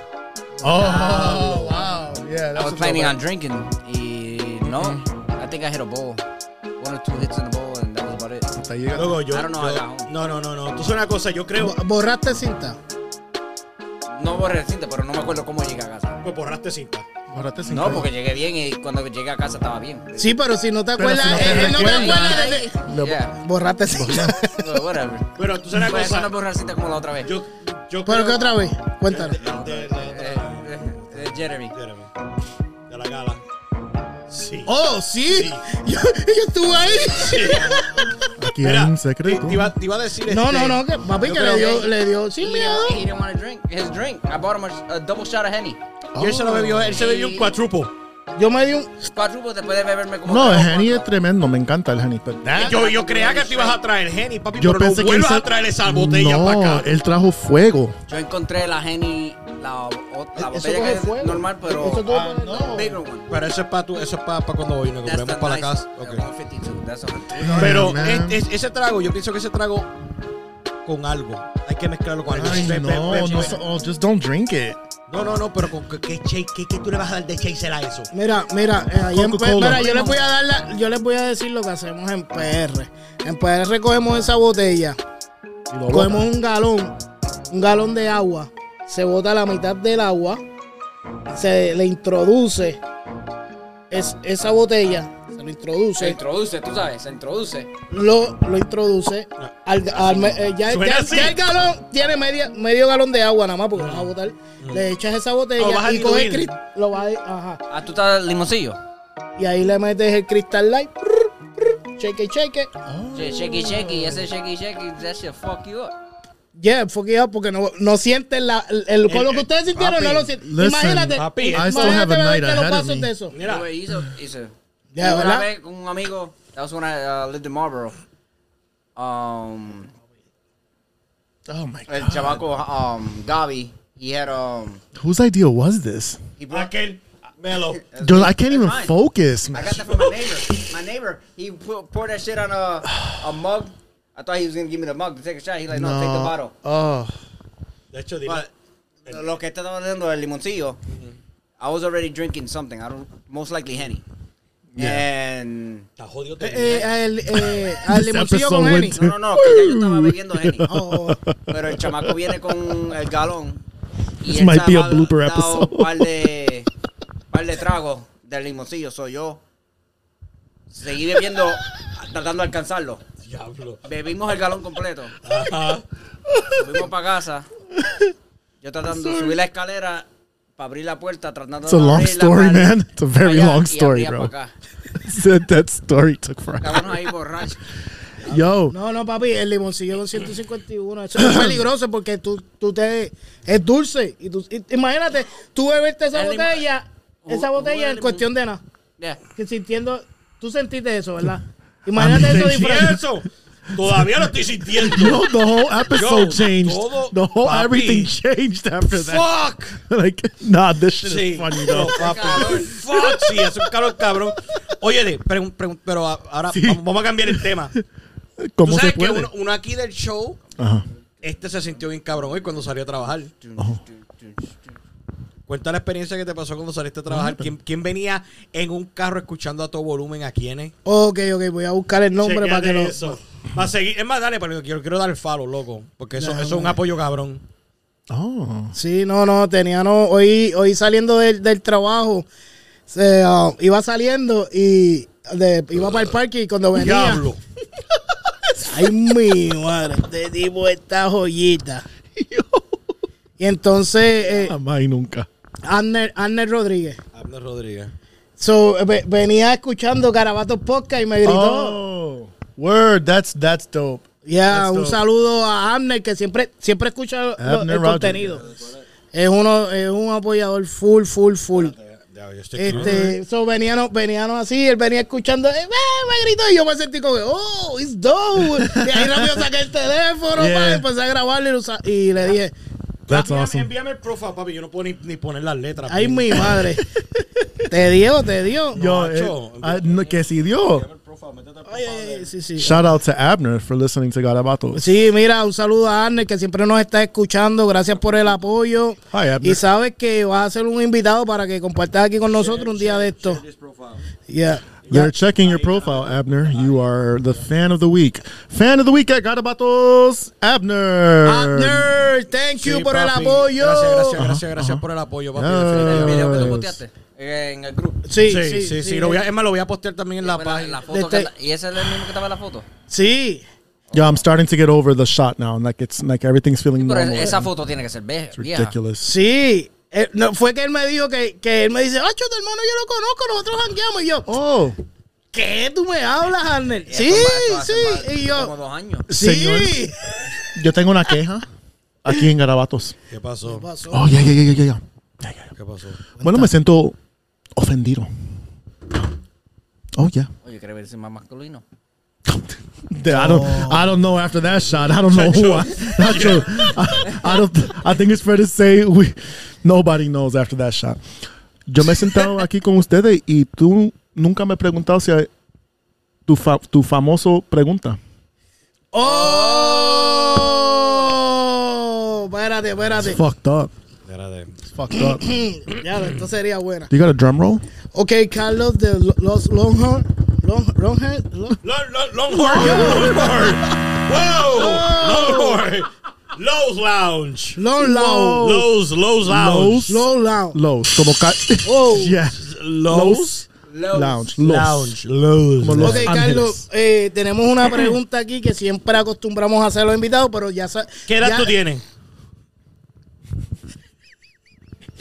Speaker 4: Oh, wow. Yeah,
Speaker 1: I
Speaker 4: that's
Speaker 1: was planning on drinking. Y no, I think I hit a bowl. One or two hits in the bowl, and that was about it.
Speaker 2: Luego yo,
Speaker 1: I don't know how I got
Speaker 2: yo-
Speaker 1: home.
Speaker 2: no, no, no, no. Tú sabes una cosa, yo creo.
Speaker 3: Borraste cinta.
Speaker 1: No borré el cinta, pero no me acuerdo cómo llegué a casa.
Speaker 2: Pues borraste cinta.
Speaker 1: No, porque llegué bien y cuando llegué a casa estaba bien.
Speaker 3: Sí, pero si no te
Speaker 4: Pero si
Speaker 3: acuerdas,
Speaker 4: no te
Speaker 3: él- él no te
Speaker 4: recuerda.
Speaker 3: acuerdas de-
Speaker 1: Yeah,
Speaker 3: Borraste cinta.
Speaker 1: well, whatever.
Speaker 2: Pero tú sabes una
Speaker 1: Pues eso no
Speaker 2: cosa.
Speaker 1: es borrar cinta como la otra vez.
Speaker 2: Yo, yo
Speaker 3: ¿Pero qué
Speaker 2: creo-
Speaker 3: otra vez? Cuéntanos.
Speaker 2: De, de- de-
Speaker 1: Eh, eh, eh, Jeremy.
Speaker 2: Espérame. De la gala. Sí.
Speaker 3: Oh, sí. Yo, yo estuve ahí.
Speaker 2: Mira,
Speaker 4: Quién
Speaker 2: te,
Speaker 4: secreto.
Speaker 2: te iba, te iba a decir
Speaker 3: No,
Speaker 2: este,
Speaker 3: no, no, que papi
Speaker 2: yo
Speaker 3: que
Speaker 2: creo
Speaker 3: le dio,
Speaker 2: que-
Speaker 3: le dio sin
Speaker 1: He,
Speaker 3: miedo.
Speaker 1: he didn't want to drink his drink. I bought him a, a double shot of Henny.
Speaker 2: Y él se lo bebió, él se bebió un cuatrupo.
Speaker 3: Yo me di un.
Speaker 1: Cuatro después de beberme como
Speaker 4: No, el
Speaker 1: tres o
Speaker 4: Henny es
Speaker 1: cuatro.
Speaker 4: tremendo. Me encanta el Henny. Pero that-
Speaker 2: Yo, yo creía que te ibas a traer Jenny, papi,
Speaker 4: yo
Speaker 2: pero no
Speaker 4: pensé que
Speaker 2: vuelvas
Speaker 4: él sa-
Speaker 2: a traer esa botella
Speaker 4: no,
Speaker 2: para acá.
Speaker 4: él trajo fuego.
Speaker 1: Yo encontré la Henny, la, o- la
Speaker 3: Eso
Speaker 1: botella
Speaker 3: coge
Speaker 1: que es
Speaker 3: fuego.
Speaker 1: normal, pero
Speaker 3: Eso tú-
Speaker 2: Ah, no.
Speaker 1: bigger one.
Speaker 2: Pero eso es para eso es para cuando hoy nos
Speaker 1: That's
Speaker 2: compremos
Speaker 1: the
Speaker 2: para la
Speaker 1: nice-
Speaker 2: casa.
Speaker 1: the
Speaker 2: Ok.
Speaker 1: 152, that's all.
Speaker 2: Pero este
Speaker 4: Yeah, man.
Speaker 2: es- es- ese trago, yo pienso que ese trago con algo. Hay que mezclarlo con algo.
Speaker 4: Ay,
Speaker 2: Pe- pe-
Speaker 4: no,
Speaker 2: pe-
Speaker 4: no,
Speaker 2: pe-
Speaker 4: so- oh, just don't drink it.
Speaker 2: no, no, no, pero con qué- qué shake- qué qué tú le vas a dar de chaser a eso.
Speaker 3: Mira, mira, eh, ahí en-
Speaker 4: Coca-Cola.
Speaker 3: mira, yo les voy a dar la- yo les voy a decir lo que hacemos en PR. En PR cogemos esa botella,
Speaker 4: Y lo
Speaker 3: cogemos
Speaker 4: bota.
Speaker 3: un galón, un galón de agua, se bota la mitad del agua, se le introduce es- esa botella, se lo
Speaker 1: Se
Speaker 3: introduce,
Speaker 1: introduce, tú sabes, se introduce.
Speaker 3: lo, lo introduce, al, al me- eh, ya,
Speaker 2: Ah. Suena
Speaker 3: ya-
Speaker 2: así.
Speaker 3: ya el galón tiene media, medio galón de agua nada más porque vas a botar, le echas esa botella
Speaker 2: Mm. Ah, Lo vas a
Speaker 3: y coges
Speaker 2: diluir.
Speaker 3: cri- lo vas a- ajá.
Speaker 1: Ah, tú estás limoncillo.
Speaker 3: Y ahí le metes el Crystal Light. prr, prr, Cheque, cheque.
Speaker 1: Che, shaky, shaky, ese shaky, shaky, that shit fuck you up.
Speaker 3: Yeah, fuck it up, porque no, no sienten la, el, el- con lo que ustedes sintieron,
Speaker 2: papi,
Speaker 3: no lo sienten.
Speaker 4: Eh, listen,
Speaker 3: imagínate,
Speaker 2: papi, I
Speaker 4: still
Speaker 3: imagínate
Speaker 4: have a night
Speaker 3: beberte los
Speaker 4: ahead of
Speaker 3: vasos
Speaker 4: me.
Speaker 3: de eso.
Speaker 2: Mira.
Speaker 1: Yo hizo, hizo.
Speaker 3: Ya,
Speaker 1: Y una
Speaker 3: ¿verdad?
Speaker 1: vez con un amigo, that was when I uh, lived in Marlboro. Um,
Speaker 4: Oh my
Speaker 1: el
Speaker 4: god.
Speaker 1: chavaco, um, Gaby, he had, um,
Speaker 4: Whose idea was this?
Speaker 1: he brought,
Speaker 2: Aquel Melo.
Speaker 4: Dude, I
Speaker 1: It's
Speaker 4: can't even
Speaker 1: mine.
Speaker 4: focus.
Speaker 1: I
Speaker 4: Man.
Speaker 1: got that from my neighbor. My neighbor, he put, poured that shit on a, a mug. I thought he was gonna give me the mug to take a shot. He like, no, take the bottle.
Speaker 4: Oh.
Speaker 2: De hecho, dile.
Speaker 1: But lo que estaba dando el limoncillo, I was already drinking something. I don't, most likely Henny. And
Speaker 2: Está jodido.
Speaker 3: Eh,
Speaker 2: te-
Speaker 3: eh, al, eh, al
Speaker 4: This
Speaker 3: limoncillo
Speaker 4: episode
Speaker 3: con
Speaker 4: went
Speaker 3: Henny.
Speaker 4: to-
Speaker 1: no, no, no, que ya yo estaba bebiendo Henny.
Speaker 3: Oh, oh.
Speaker 1: Pero el chamaco viene con el galón. Y
Speaker 4: This
Speaker 1: él
Speaker 4: might be a
Speaker 1: estaba
Speaker 4: blooper
Speaker 1: dado
Speaker 4: episode.
Speaker 1: Un par de, par de tragos del limoncillo. Soy yo. Seguí bebiendo, tratando de alcanzarlo.
Speaker 2: Diablo.
Speaker 1: Bebimos el galón completo. Fuimos para casa. Yo tratando de subir la escalera para abrir la puerta, tratando
Speaker 4: It's a
Speaker 1: de
Speaker 4: long
Speaker 1: abrirla
Speaker 4: story,
Speaker 1: para-
Speaker 4: man. It's a very
Speaker 1: allá,
Speaker 4: long
Speaker 1: y
Speaker 4: story,
Speaker 1: abría
Speaker 4: bro.
Speaker 1: pa' acá.
Speaker 4: Said that story took forever.
Speaker 1: Estábamos ahí borrachos.
Speaker 4: Yo,
Speaker 3: No, no, papi, el limoncillo con 151. Eso es peligroso porque tú, tú te. Es dulce. Y tú, y- imagínate, tú beberte esa
Speaker 1: El limo-
Speaker 3: botella, esa
Speaker 1: Jugo de
Speaker 3: botella en
Speaker 1: limón.
Speaker 3: cuestión de nada.
Speaker 1: Yeah.
Speaker 3: Que sintiendo. Tú sentiste eso, ¿verdad? Imagínate eso
Speaker 2: Y
Speaker 3: diferente.
Speaker 2: eso, todavía lo estoy sintiendo.
Speaker 4: no, the whole
Speaker 2: Yo,
Speaker 4: episode changed.
Speaker 2: todo-
Speaker 4: The whole
Speaker 2: papi.
Speaker 4: everything changed after that.
Speaker 2: Fuck.
Speaker 4: like, nah, this shit
Speaker 2: Sí.
Speaker 4: is funny though.
Speaker 2: No, papi. Fuck, sí, es un calor cabrón. Oye, pregun- pregun- pero a- ahora
Speaker 4: Sí.
Speaker 2: vamos vamos a cambiar el tema. Tú
Speaker 4: ¿Cómo se
Speaker 2: sabes que
Speaker 4: puede?
Speaker 2: uno, uno aquí del show,
Speaker 4: Ajá.
Speaker 2: este se sintió bien cabrón hoy cuando salió a trabajar. Cuenta la experiencia que te pasó cuando saliste a trabajar. ¿Quién, quién venía en un carro escuchando a todo volumen a quiénes?
Speaker 3: Ok, ok, voy a buscar el nombre para que lo.
Speaker 2: eso. Para seguir, es más, dale, pero yo quiero, quiero dar el falo, loco. Porque eso, eso es un apoyo cabrón.
Speaker 4: Oh.
Speaker 3: Sí, no, no, tenía no. Hoy, hoy saliendo del, del trabajo, se, ah, iba saliendo y de- iba para el parque y cuando venía.
Speaker 2: Ah, Diablo.
Speaker 3: Ay, mi madre, este tipo está joyita. Y entonces, eh,
Speaker 4: Jamás y nunca.
Speaker 3: Arner, Arner Rodríguez.
Speaker 2: Abner Rodríguez.
Speaker 3: So, eh, ve- venía escuchando Garabatos Podcast y me gritó.
Speaker 4: Oh, word. That's that's dope.
Speaker 3: Ya,
Speaker 4: That's
Speaker 3: un
Speaker 4: dope.
Speaker 3: saludo a Abner que siempre, siempre escucha lo-
Speaker 4: Abner
Speaker 3: el
Speaker 4: Rodriguez.
Speaker 3: contenido. Es uno, es un apoyador full, full, full.
Speaker 2: Ya, yo estoy
Speaker 3: Este, so veníamos, veníamos así, él venía escuchando, eh, me, me gritó y yo me sentí como, que, oh, it's dope. Y ahí rápido saqué el teléfono,
Speaker 4: Yeah.
Speaker 3: pa, y empecé a grabarle y, lo sa- y le dije,
Speaker 4: That's
Speaker 2: envíame,
Speaker 4: awesome.
Speaker 2: envíame el profile, papi. Yo no puedo ni, ni poner las letras.
Speaker 3: ay,
Speaker 2: papi.
Speaker 3: mi madre, te dio, te dio.
Speaker 4: Yo, eh,
Speaker 2: Macho.
Speaker 4: ah, no, que si dio.
Speaker 3: Ay, ay, ay, sí, sí.
Speaker 4: Shout out to Abner for listening to Garabatos.
Speaker 3: Sí, mira, un saludo a Arne que siempre nos está escuchando. Gracias por el apoyo.
Speaker 4: Hi, Abner.
Speaker 3: Y sabes que vas a ser un invitado para que compartas aquí con nosotros un día de esto. Yeah.
Speaker 4: They're checking your profile, Abner. You are the fan of the week. Fan of the week at Garabatos, Abner.
Speaker 3: Abner, thank you
Speaker 2: Eh, Sí,
Speaker 3: por el
Speaker 2: papi.
Speaker 3: apoyo.
Speaker 2: Gracias, gracias, gracias, gracias por el apoyo, papi.
Speaker 4: Yes.
Speaker 1: El
Speaker 2: definitivamente.
Speaker 1: video que tú posteaste eh, en el grupo.
Speaker 3: Sí,
Speaker 2: Sí, sí, sí. lo voy a, es más, lo voy a postear también en la
Speaker 1: La,
Speaker 2: página.
Speaker 1: foto que
Speaker 3: Este-
Speaker 1: ta- y ese es el mismo que estaba en la foto.
Speaker 3: Sí.
Speaker 4: Yeah, I'm starting to get over the shot now, and like it's like everything's feeling
Speaker 1: Pero
Speaker 4: normal.
Speaker 1: esa
Speaker 4: It's
Speaker 1: foto tiene que ser ve- vieja.
Speaker 4: ridiculous.
Speaker 3: Sí, Eh, no, fue que él me dijo que, que él me dice, ¡Acho, tu hermano yo lo conozco, nosotros jangueamos! Y yo,
Speaker 4: Oh,
Speaker 3: ¿qué tú me hablas, Arnel?
Speaker 1: Y
Speaker 3: Sí,
Speaker 1: esto es más- esto hace
Speaker 3: sí,
Speaker 1: más-
Speaker 3: y
Speaker 1: Como
Speaker 3: yo,
Speaker 1: dos años.
Speaker 3: sí.
Speaker 4: Señores. yo tengo una queja aquí en Garabatos.
Speaker 2: ¿Qué pasó?
Speaker 4: Oh, yeah, yeah, yeah, yeah, yeah. yeah, yeah.
Speaker 2: ¿Qué pasó?
Speaker 4: Bueno, me siento ofendido. Oh yeah.
Speaker 1: Oye, quiere verse más masculino.
Speaker 4: I don't. I don't know. After that shot, I don't know who. I, not sure. I, I don't. I think it's fair to say we. Nobody knows after that shot. Yo me he sentado aquí con ustedes y tú nunca me has preguntado si hay- tu fa- tu famoso pregunta.
Speaker 3: ¡Oh! Espérate, espérate.
Speaker 4: Fucked up.
Speaker 2: Espérate.
Speaker 4: It's fucked up. Do
Speaker 3: Ya, esto sería buena.
Speaker 4: you got a drum roll?
Speaker 3: Ok, Carlos de Lo- Los Longhorn. Long, Longhorn. Long-
Speaker 2: Long- long- Longhorn. Longhorn. Whoa. Longhorn. Lowe's Lounge.
Speaker 3: Long Low.
Speaker 2: Lowe's, Lowe's Lounge.
Speaker 3: Long Low.
Speaker 4: Lowe's. Como ca-
Speaker 3: Oh.
Speaker 4: yeah.
Speaker 2: Lowe's.
Speaker 4: Lounge. Lowe's.
Speaker 2: Lounge. Lowe's.
Speaker 4: Como Los
Speaker 3: Ok,
Speaker 4: Ángeles.
Speaker 3: Carlos, eh, tenemos una pregunta aquí que siempre acostumbramos a hacer los invitados, pero ya sabes.
Speaker 2: ¿Qué edad tú tienes?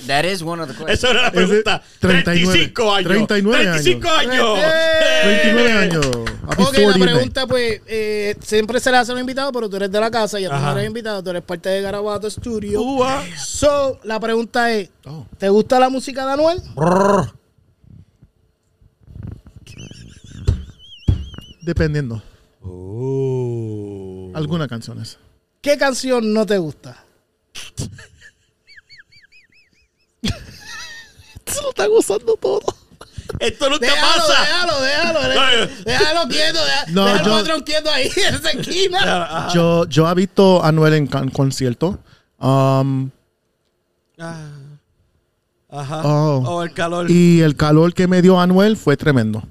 Speaker 1: That is one of the questions.
Speaker 2: Esa era la pregunta.
Speaker 4: 39?
Speaker 2: 35 años.
Speaker 4: 39 años.
Speaker 2: 35 años.
Speaker 3: Eh.
Speaker 4: 29 años. I'll be
Speaker 3: Ok, la
Speaker 4: 40 in May.
Speaker 3: pregunta, pues, eh, siempre se la hacen los invitados, pero tú eres de la casa, ya tú
Speaker 2: Ajá.
Speaker 3: no eres invitado, tú eres parte de Garabato Studio.
Speaker 2: Ua.
Speaker 3: So, la pregunta es,
Speaker 4: Oh.
Speaker 3: ¿te gusta la música de Anuel?
Speaker 2: Brrr.
Speaker 4: Dependiendo.
Speaker 2: Oh.
Speaker 4: Algunas canciones.
Speaker 3: ¿Qué canción no te gusta?
Speaker 4: Se lo está gozando todo.
Speaker 2: Esto no te
Speaker 3: Déjalo,
Speaker 2: pasa.
Speaker 3: déjalo, déjalo, déjalo,
Speaker 2: No,
Speaker 3: déjalo quieto, deja-
Speaker 4: No,
Speaker 3: déjalo
Speaker 4: yo-
Speaker 3: patrón quieto ahí en esa esquina. Ah,
Speaker 4: Yo, yo he visto a Anuel en can- concierto. Um,
Speaker 2: Ajá.
Speaker 3: Ah,
Speaker 4: Oh.
Speaker 2: Oh, el calor.
Speaker 4: y el calor que me dio Anuel fue tremendo.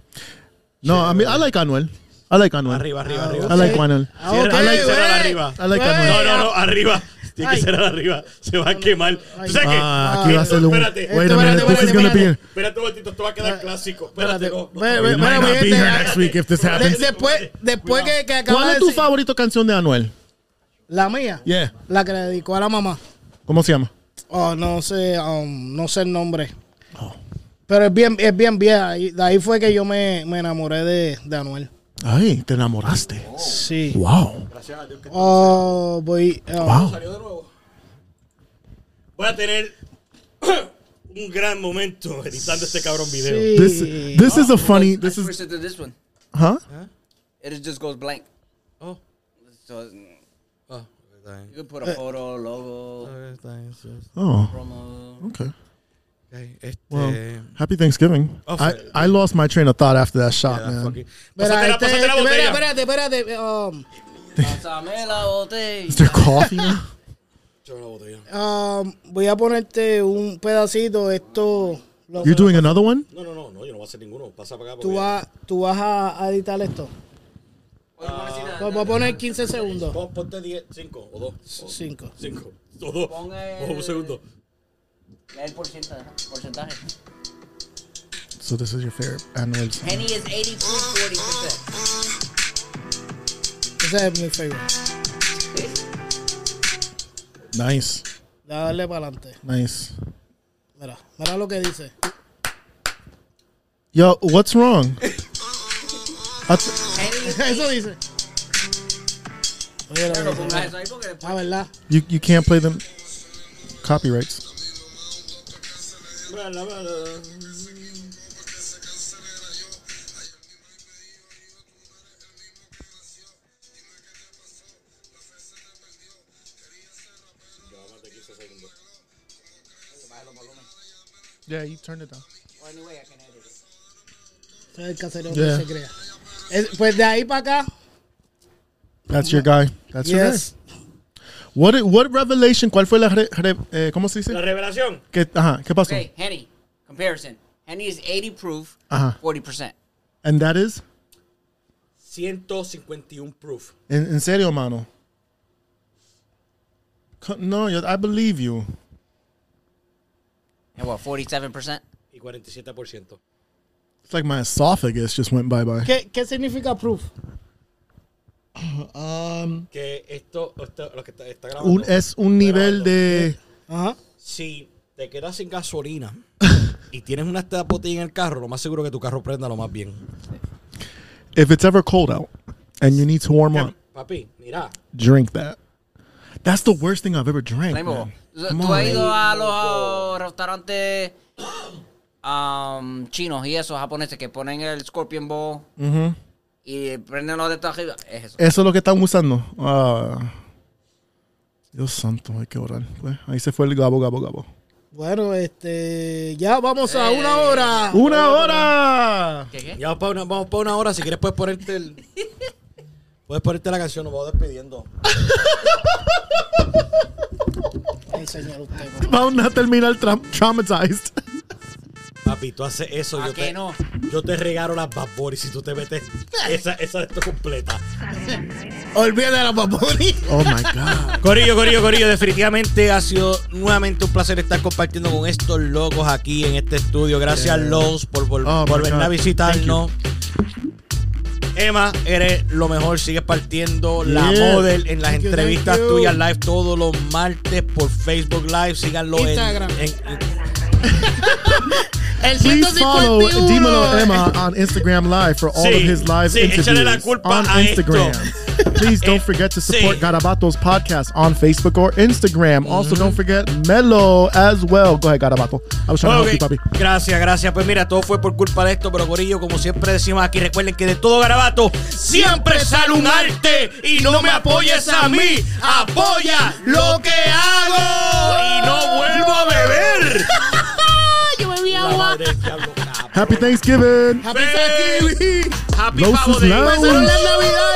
Speaker 4: No, I mean, I like Anuel. I like Anuel.
Speaker 2: Arriba, arriba,
Speaker 4: I
Speaker 2: arriba.
Speaker 4: like Anuel.
Speaker 3: Ah,
Speaker 2: Cierra,
Speaker 3: ok,
Speaker 2: dale, cierra
Speaker 3: güey.
Speaker 2: de arriba.
Speaker 4: I like
Speaker 3: Güey.
Speaker 2: No,
Speaker 4: Anuel.
Speaker 2: no, no, arriba. Tiene
Speaker 3: Ay.
Speaker 2: que ser arriba. Se va a quemar. ¿Tú sabes qué?
Speaker 4: Ah, aquí va a ser un.
Speaker 2: Espérate.
Speaker 4: Wait a minute,
Speaker 3: Espérate,
Speaker 4: this is gonna be.
Speaker 3: espérate,
Speaker 2: Espérate un momentito, esto va a quedar clásico. Espérate, no. no.
Speaker 3: Ve, ve,
Speaker 4: We
Speaker 3: ve,
Speaker 4: might
Speaker 3: ve,
Speaker 4: not be
Speaker 3: gente,
Speaker 4: here
Speaker 3: ah,
Speaker 4: next week if this
Speaker 3: de-
Speaker 4: happens.
Speaker 3: después después que, que acaba
Speaker 4: ¿Cuál
Speaker 3: de
Speaker 4: es tu
Speaker 3: decir-
Speaker 4: favorito canción de Anuel?
Speaker 3: La mía,
Speaker 4: Yeah.
Speaker 3: la que le dedicó a la mamá.
Speaker 4: ¿Cómo se llama?
Speaker 3: Oh, no sé, um, no sé el nombre.
Speaker 4: Oh.
Speaker 3: Pero es bien, es bien vieja. Y de ahí fue que yo me, me enamoré de, de Anuel.
Speaker 4: Ay, te enamoraste.
Speaker 3: Sí.
Speaker 4: Wow.
Speaker 3: Oh, voy. oh,
Speaker 4: Wow.
Speaker 2: Voy a tener un gran momento editando este cabrón video.
Speaker 3: sí.
Speaker 4: This this is a funny. This
Speaker 1: Let's
Speaker 4: is
Speaker 1: proceed to this one.
Speaker 4: huh?
Speaker 1: It just goes blank.
Speaker 2: Oh.
Speaker 1: So you
Speaker 2: Ah, está bien.
Speaker 1: can put a photo, logo,
Speaker 2: Está bien, sí, sí.
Speaker 4: Oh,
Speaker 1: promo.
Speaker 4: okay.
Speaker 2: Ok, Este.
Speaker 4: Well, happy Thanksgiving.
Speaker 2: Oh,
Speaker 4: I,
Speaker 2: fuck.
Speaker 4: I lost my train of thought after that shot,
Speaker 2: Ah,
Speaker 4: man.
Speaker 2: fuck it.
Speaker 3: Espera,
Speaker 2: Pásate la-
Speaker 3: este-
Speaker 2: pásate la
Speaker 3: este- espera,
Speaker 2: botella.
Speaker 3: espérate, espérate. um,
Speaker 1: Pásame la
Speaker 4: Is
Speaker 1: botella.
Speaker 4: there coffee now?
Speaker 2: Yo la botella.
Speaker 3: um, voy a ponerte un pedacito. Esto. lo-
Speaker 4: You're doing another one?
Speaker 2: No, no, no, no, yo no voy a hacer ninguno. Pasa para acá.
Speaker 3: tú,
Speaker 2: porque-
Speaker 3: vas, tú vas a a editar esto. Pues voy a poner 15 segundos.
Speaker 2: Pon- Ponte 10, 5 o 2.
Speaker 3: 5.
Speaker 2: 5 o 2.
Speaker 1: Pon el-
Speaker 2: O un segundo.
Speaker 1: Lee el porcentaje. porcentaje.
Speaker 4: So this is your favorite Anuel song.
Speaker 1: Henny is 82, 40%.
Speaker 3: Ese es mi favorite.
Speaker 4: Nice,
Speaker 3: Dale para adelante.
Speaker 4: nice.
Speaker 3: Mira, mira lo que dice.
Speaker 4: Yo, what's wrong? That's-
Speaker 3: Eso dice. Oye,
Speaker 1: No
Speaker 3: la
Speaker 1: pongas eso ahí porque después.
Speaker 3: Ah, ¿verdad?
Speaker 4: you you can't play them. Copyrights. Yeah, you turned it down.
Speaker 3: Ese es el caserón
Speaker 4: Yeah.
Speaker 3: que se crea. Es- pues de ahí para acá.
Speaker 4: That's your guy. That's
Speaker 3: Yes.
Speaker 4: your guy. What what revelation? ¿Cuál fue la re, re, eh, cómo
Speaker 2: La
Speaker 4: se dice?
Speaker 2: revelación.
Speaker 4: ¿Qué, ajá, ¿qué pasó?
Speaker 1: Okay, Henny. Comparison. Henny is 80 proof,
Speaker 4: Ajá.
Speaker 1: 40%.
Speaker 4: And that is
Speaker 2: 151 proof.
Speaker 4: en, en serio, mano. Co- No, yo, I believe you.
Speaker 1: And what, 47%?
Speaker 2: Y 47%.
Speaker 4: It's like my esophagus just went bye bye.
Speaker 3: ¿Qué, ¿Qué significa proof?
Speaker 2: Que esto, esto- lo que está, está grabando.
Speaker 4: Um, Un, es un nivel de
Speaker 3: Ajá.
Speaker 2: Si te quedas sin gasolina y tienes una tapotilla en el carro, lo más seguro que tu carro prenda lo más bien.
Speaker 4: if it's ever cold out and you need to warm up,
Speaker 2: Papi, mira.
Speaker 4: drink that. That's the worst thing I've ever drank.
Speaker 1: Flammable.
Speaker 4: man. Come
Speaker 1: ¿Tú has
Speaker 4: on.
Speaker 1: ido a los restaurantes um, chinos y esos japoneses que ponen el Scorpion Ball y prenden los de todo arriba? Es eso.
Speaker 4: Eso es lo que están usando. Ah. Dios santo, hay que orar. Pues, ahí se fue el gabo, gabo, gabo.
Speaker 3: Bueno, este. Ya vamos a una hora.
Speaker 4: ¡Una hora!
Speaker 1: ¿Qué, qué?
Speaker 2: Ya para una, vamos para una hora. Si quieres, puedes ponerte el. Puedes ponerte la canción, nos vamos despidiendo.
Speaker 3: Ay, señor, usted. por favor.
Speaker 4: Vamos a terminar tra- traumatized.
Speaker 2: Papi, tú haces eso.
Speaker 1: ¿A
Speaker 2: Yo
Speaker 1: qué
Speaker 2: te,
Speaker 1: no?
Speaker 2: yo te regalo las Bad Bunny si tú te metes esa, esa de esto completa.
Speaker 3: Olvídate de la papuri.
Speaker 4: Oh my God.
Speaker 2: Corillo, Corillo, Corillo, definitivamente ha sido nuevamente un placer estar compartiendo con estos locos aquí en este estudio. Gracias, Los, por, vol-
Speaker 4: Oh, my
Speaker 2: por venir
Speaker 4: God.
Speaker 2: a visitarnos. Emma, eres lo mejor, sigues partiendo la
Speaker 4: Yeah.
Speaker 2: model en las
Speaker 3: Thank you,
Speaker 2: entrevistas
Speaker 3: thank you.
Speaker 2: tuyas live todos los martes por Facebook Live. Síganlo en-
Speaker 3: Instagram.
Speaker 2: en
Speaker 3: El
Speaker 4: Please follow
Speaker 3: 151.
Speaker 4: Dimelo eh, Emma on Instagram Live for all
Speaker 2: Sí,
Speaker 4: of his live
Speaker 2: sí,
Speaker 4: interviews
Speaker 2: échale la culpa
Speaker 4: on
Speaker 2: a esto. Eh,
Speaker 4: Instagram. Please don't forget to support
Speaker 2: sí.
Speaker 4: Garabato's podcast on Facebook or Instagram. Also,
Speaker 3: Mm-hmm.
Speaker 4: don't forget Melo as well. Go ahead, Garabato. I was trying to
Speaker 2: Ok,
Speaker 4: help you, papi.
Speaker 2: Gracias, gracias. Pues mira, todo fue por culpa de esto, pero Corillo, como siempre decimos aquí, recuerden que de todo garabato siempre sale un arte y no me apoyes a mí, apoya lo que hago y no vuelvo a beber.
Speaker 3: Yo bebí agua.
Speaker 4: Happy Thanksgiving.
Speaker 3: Happy Thanksgiving.
Speaker 2: Happy
Speaker 4: Los
Speaker 2: pavo
Speaker 4: is
Speaker 2: de
Speaker 4: now.
Speaker 3: Pasaron las navidades.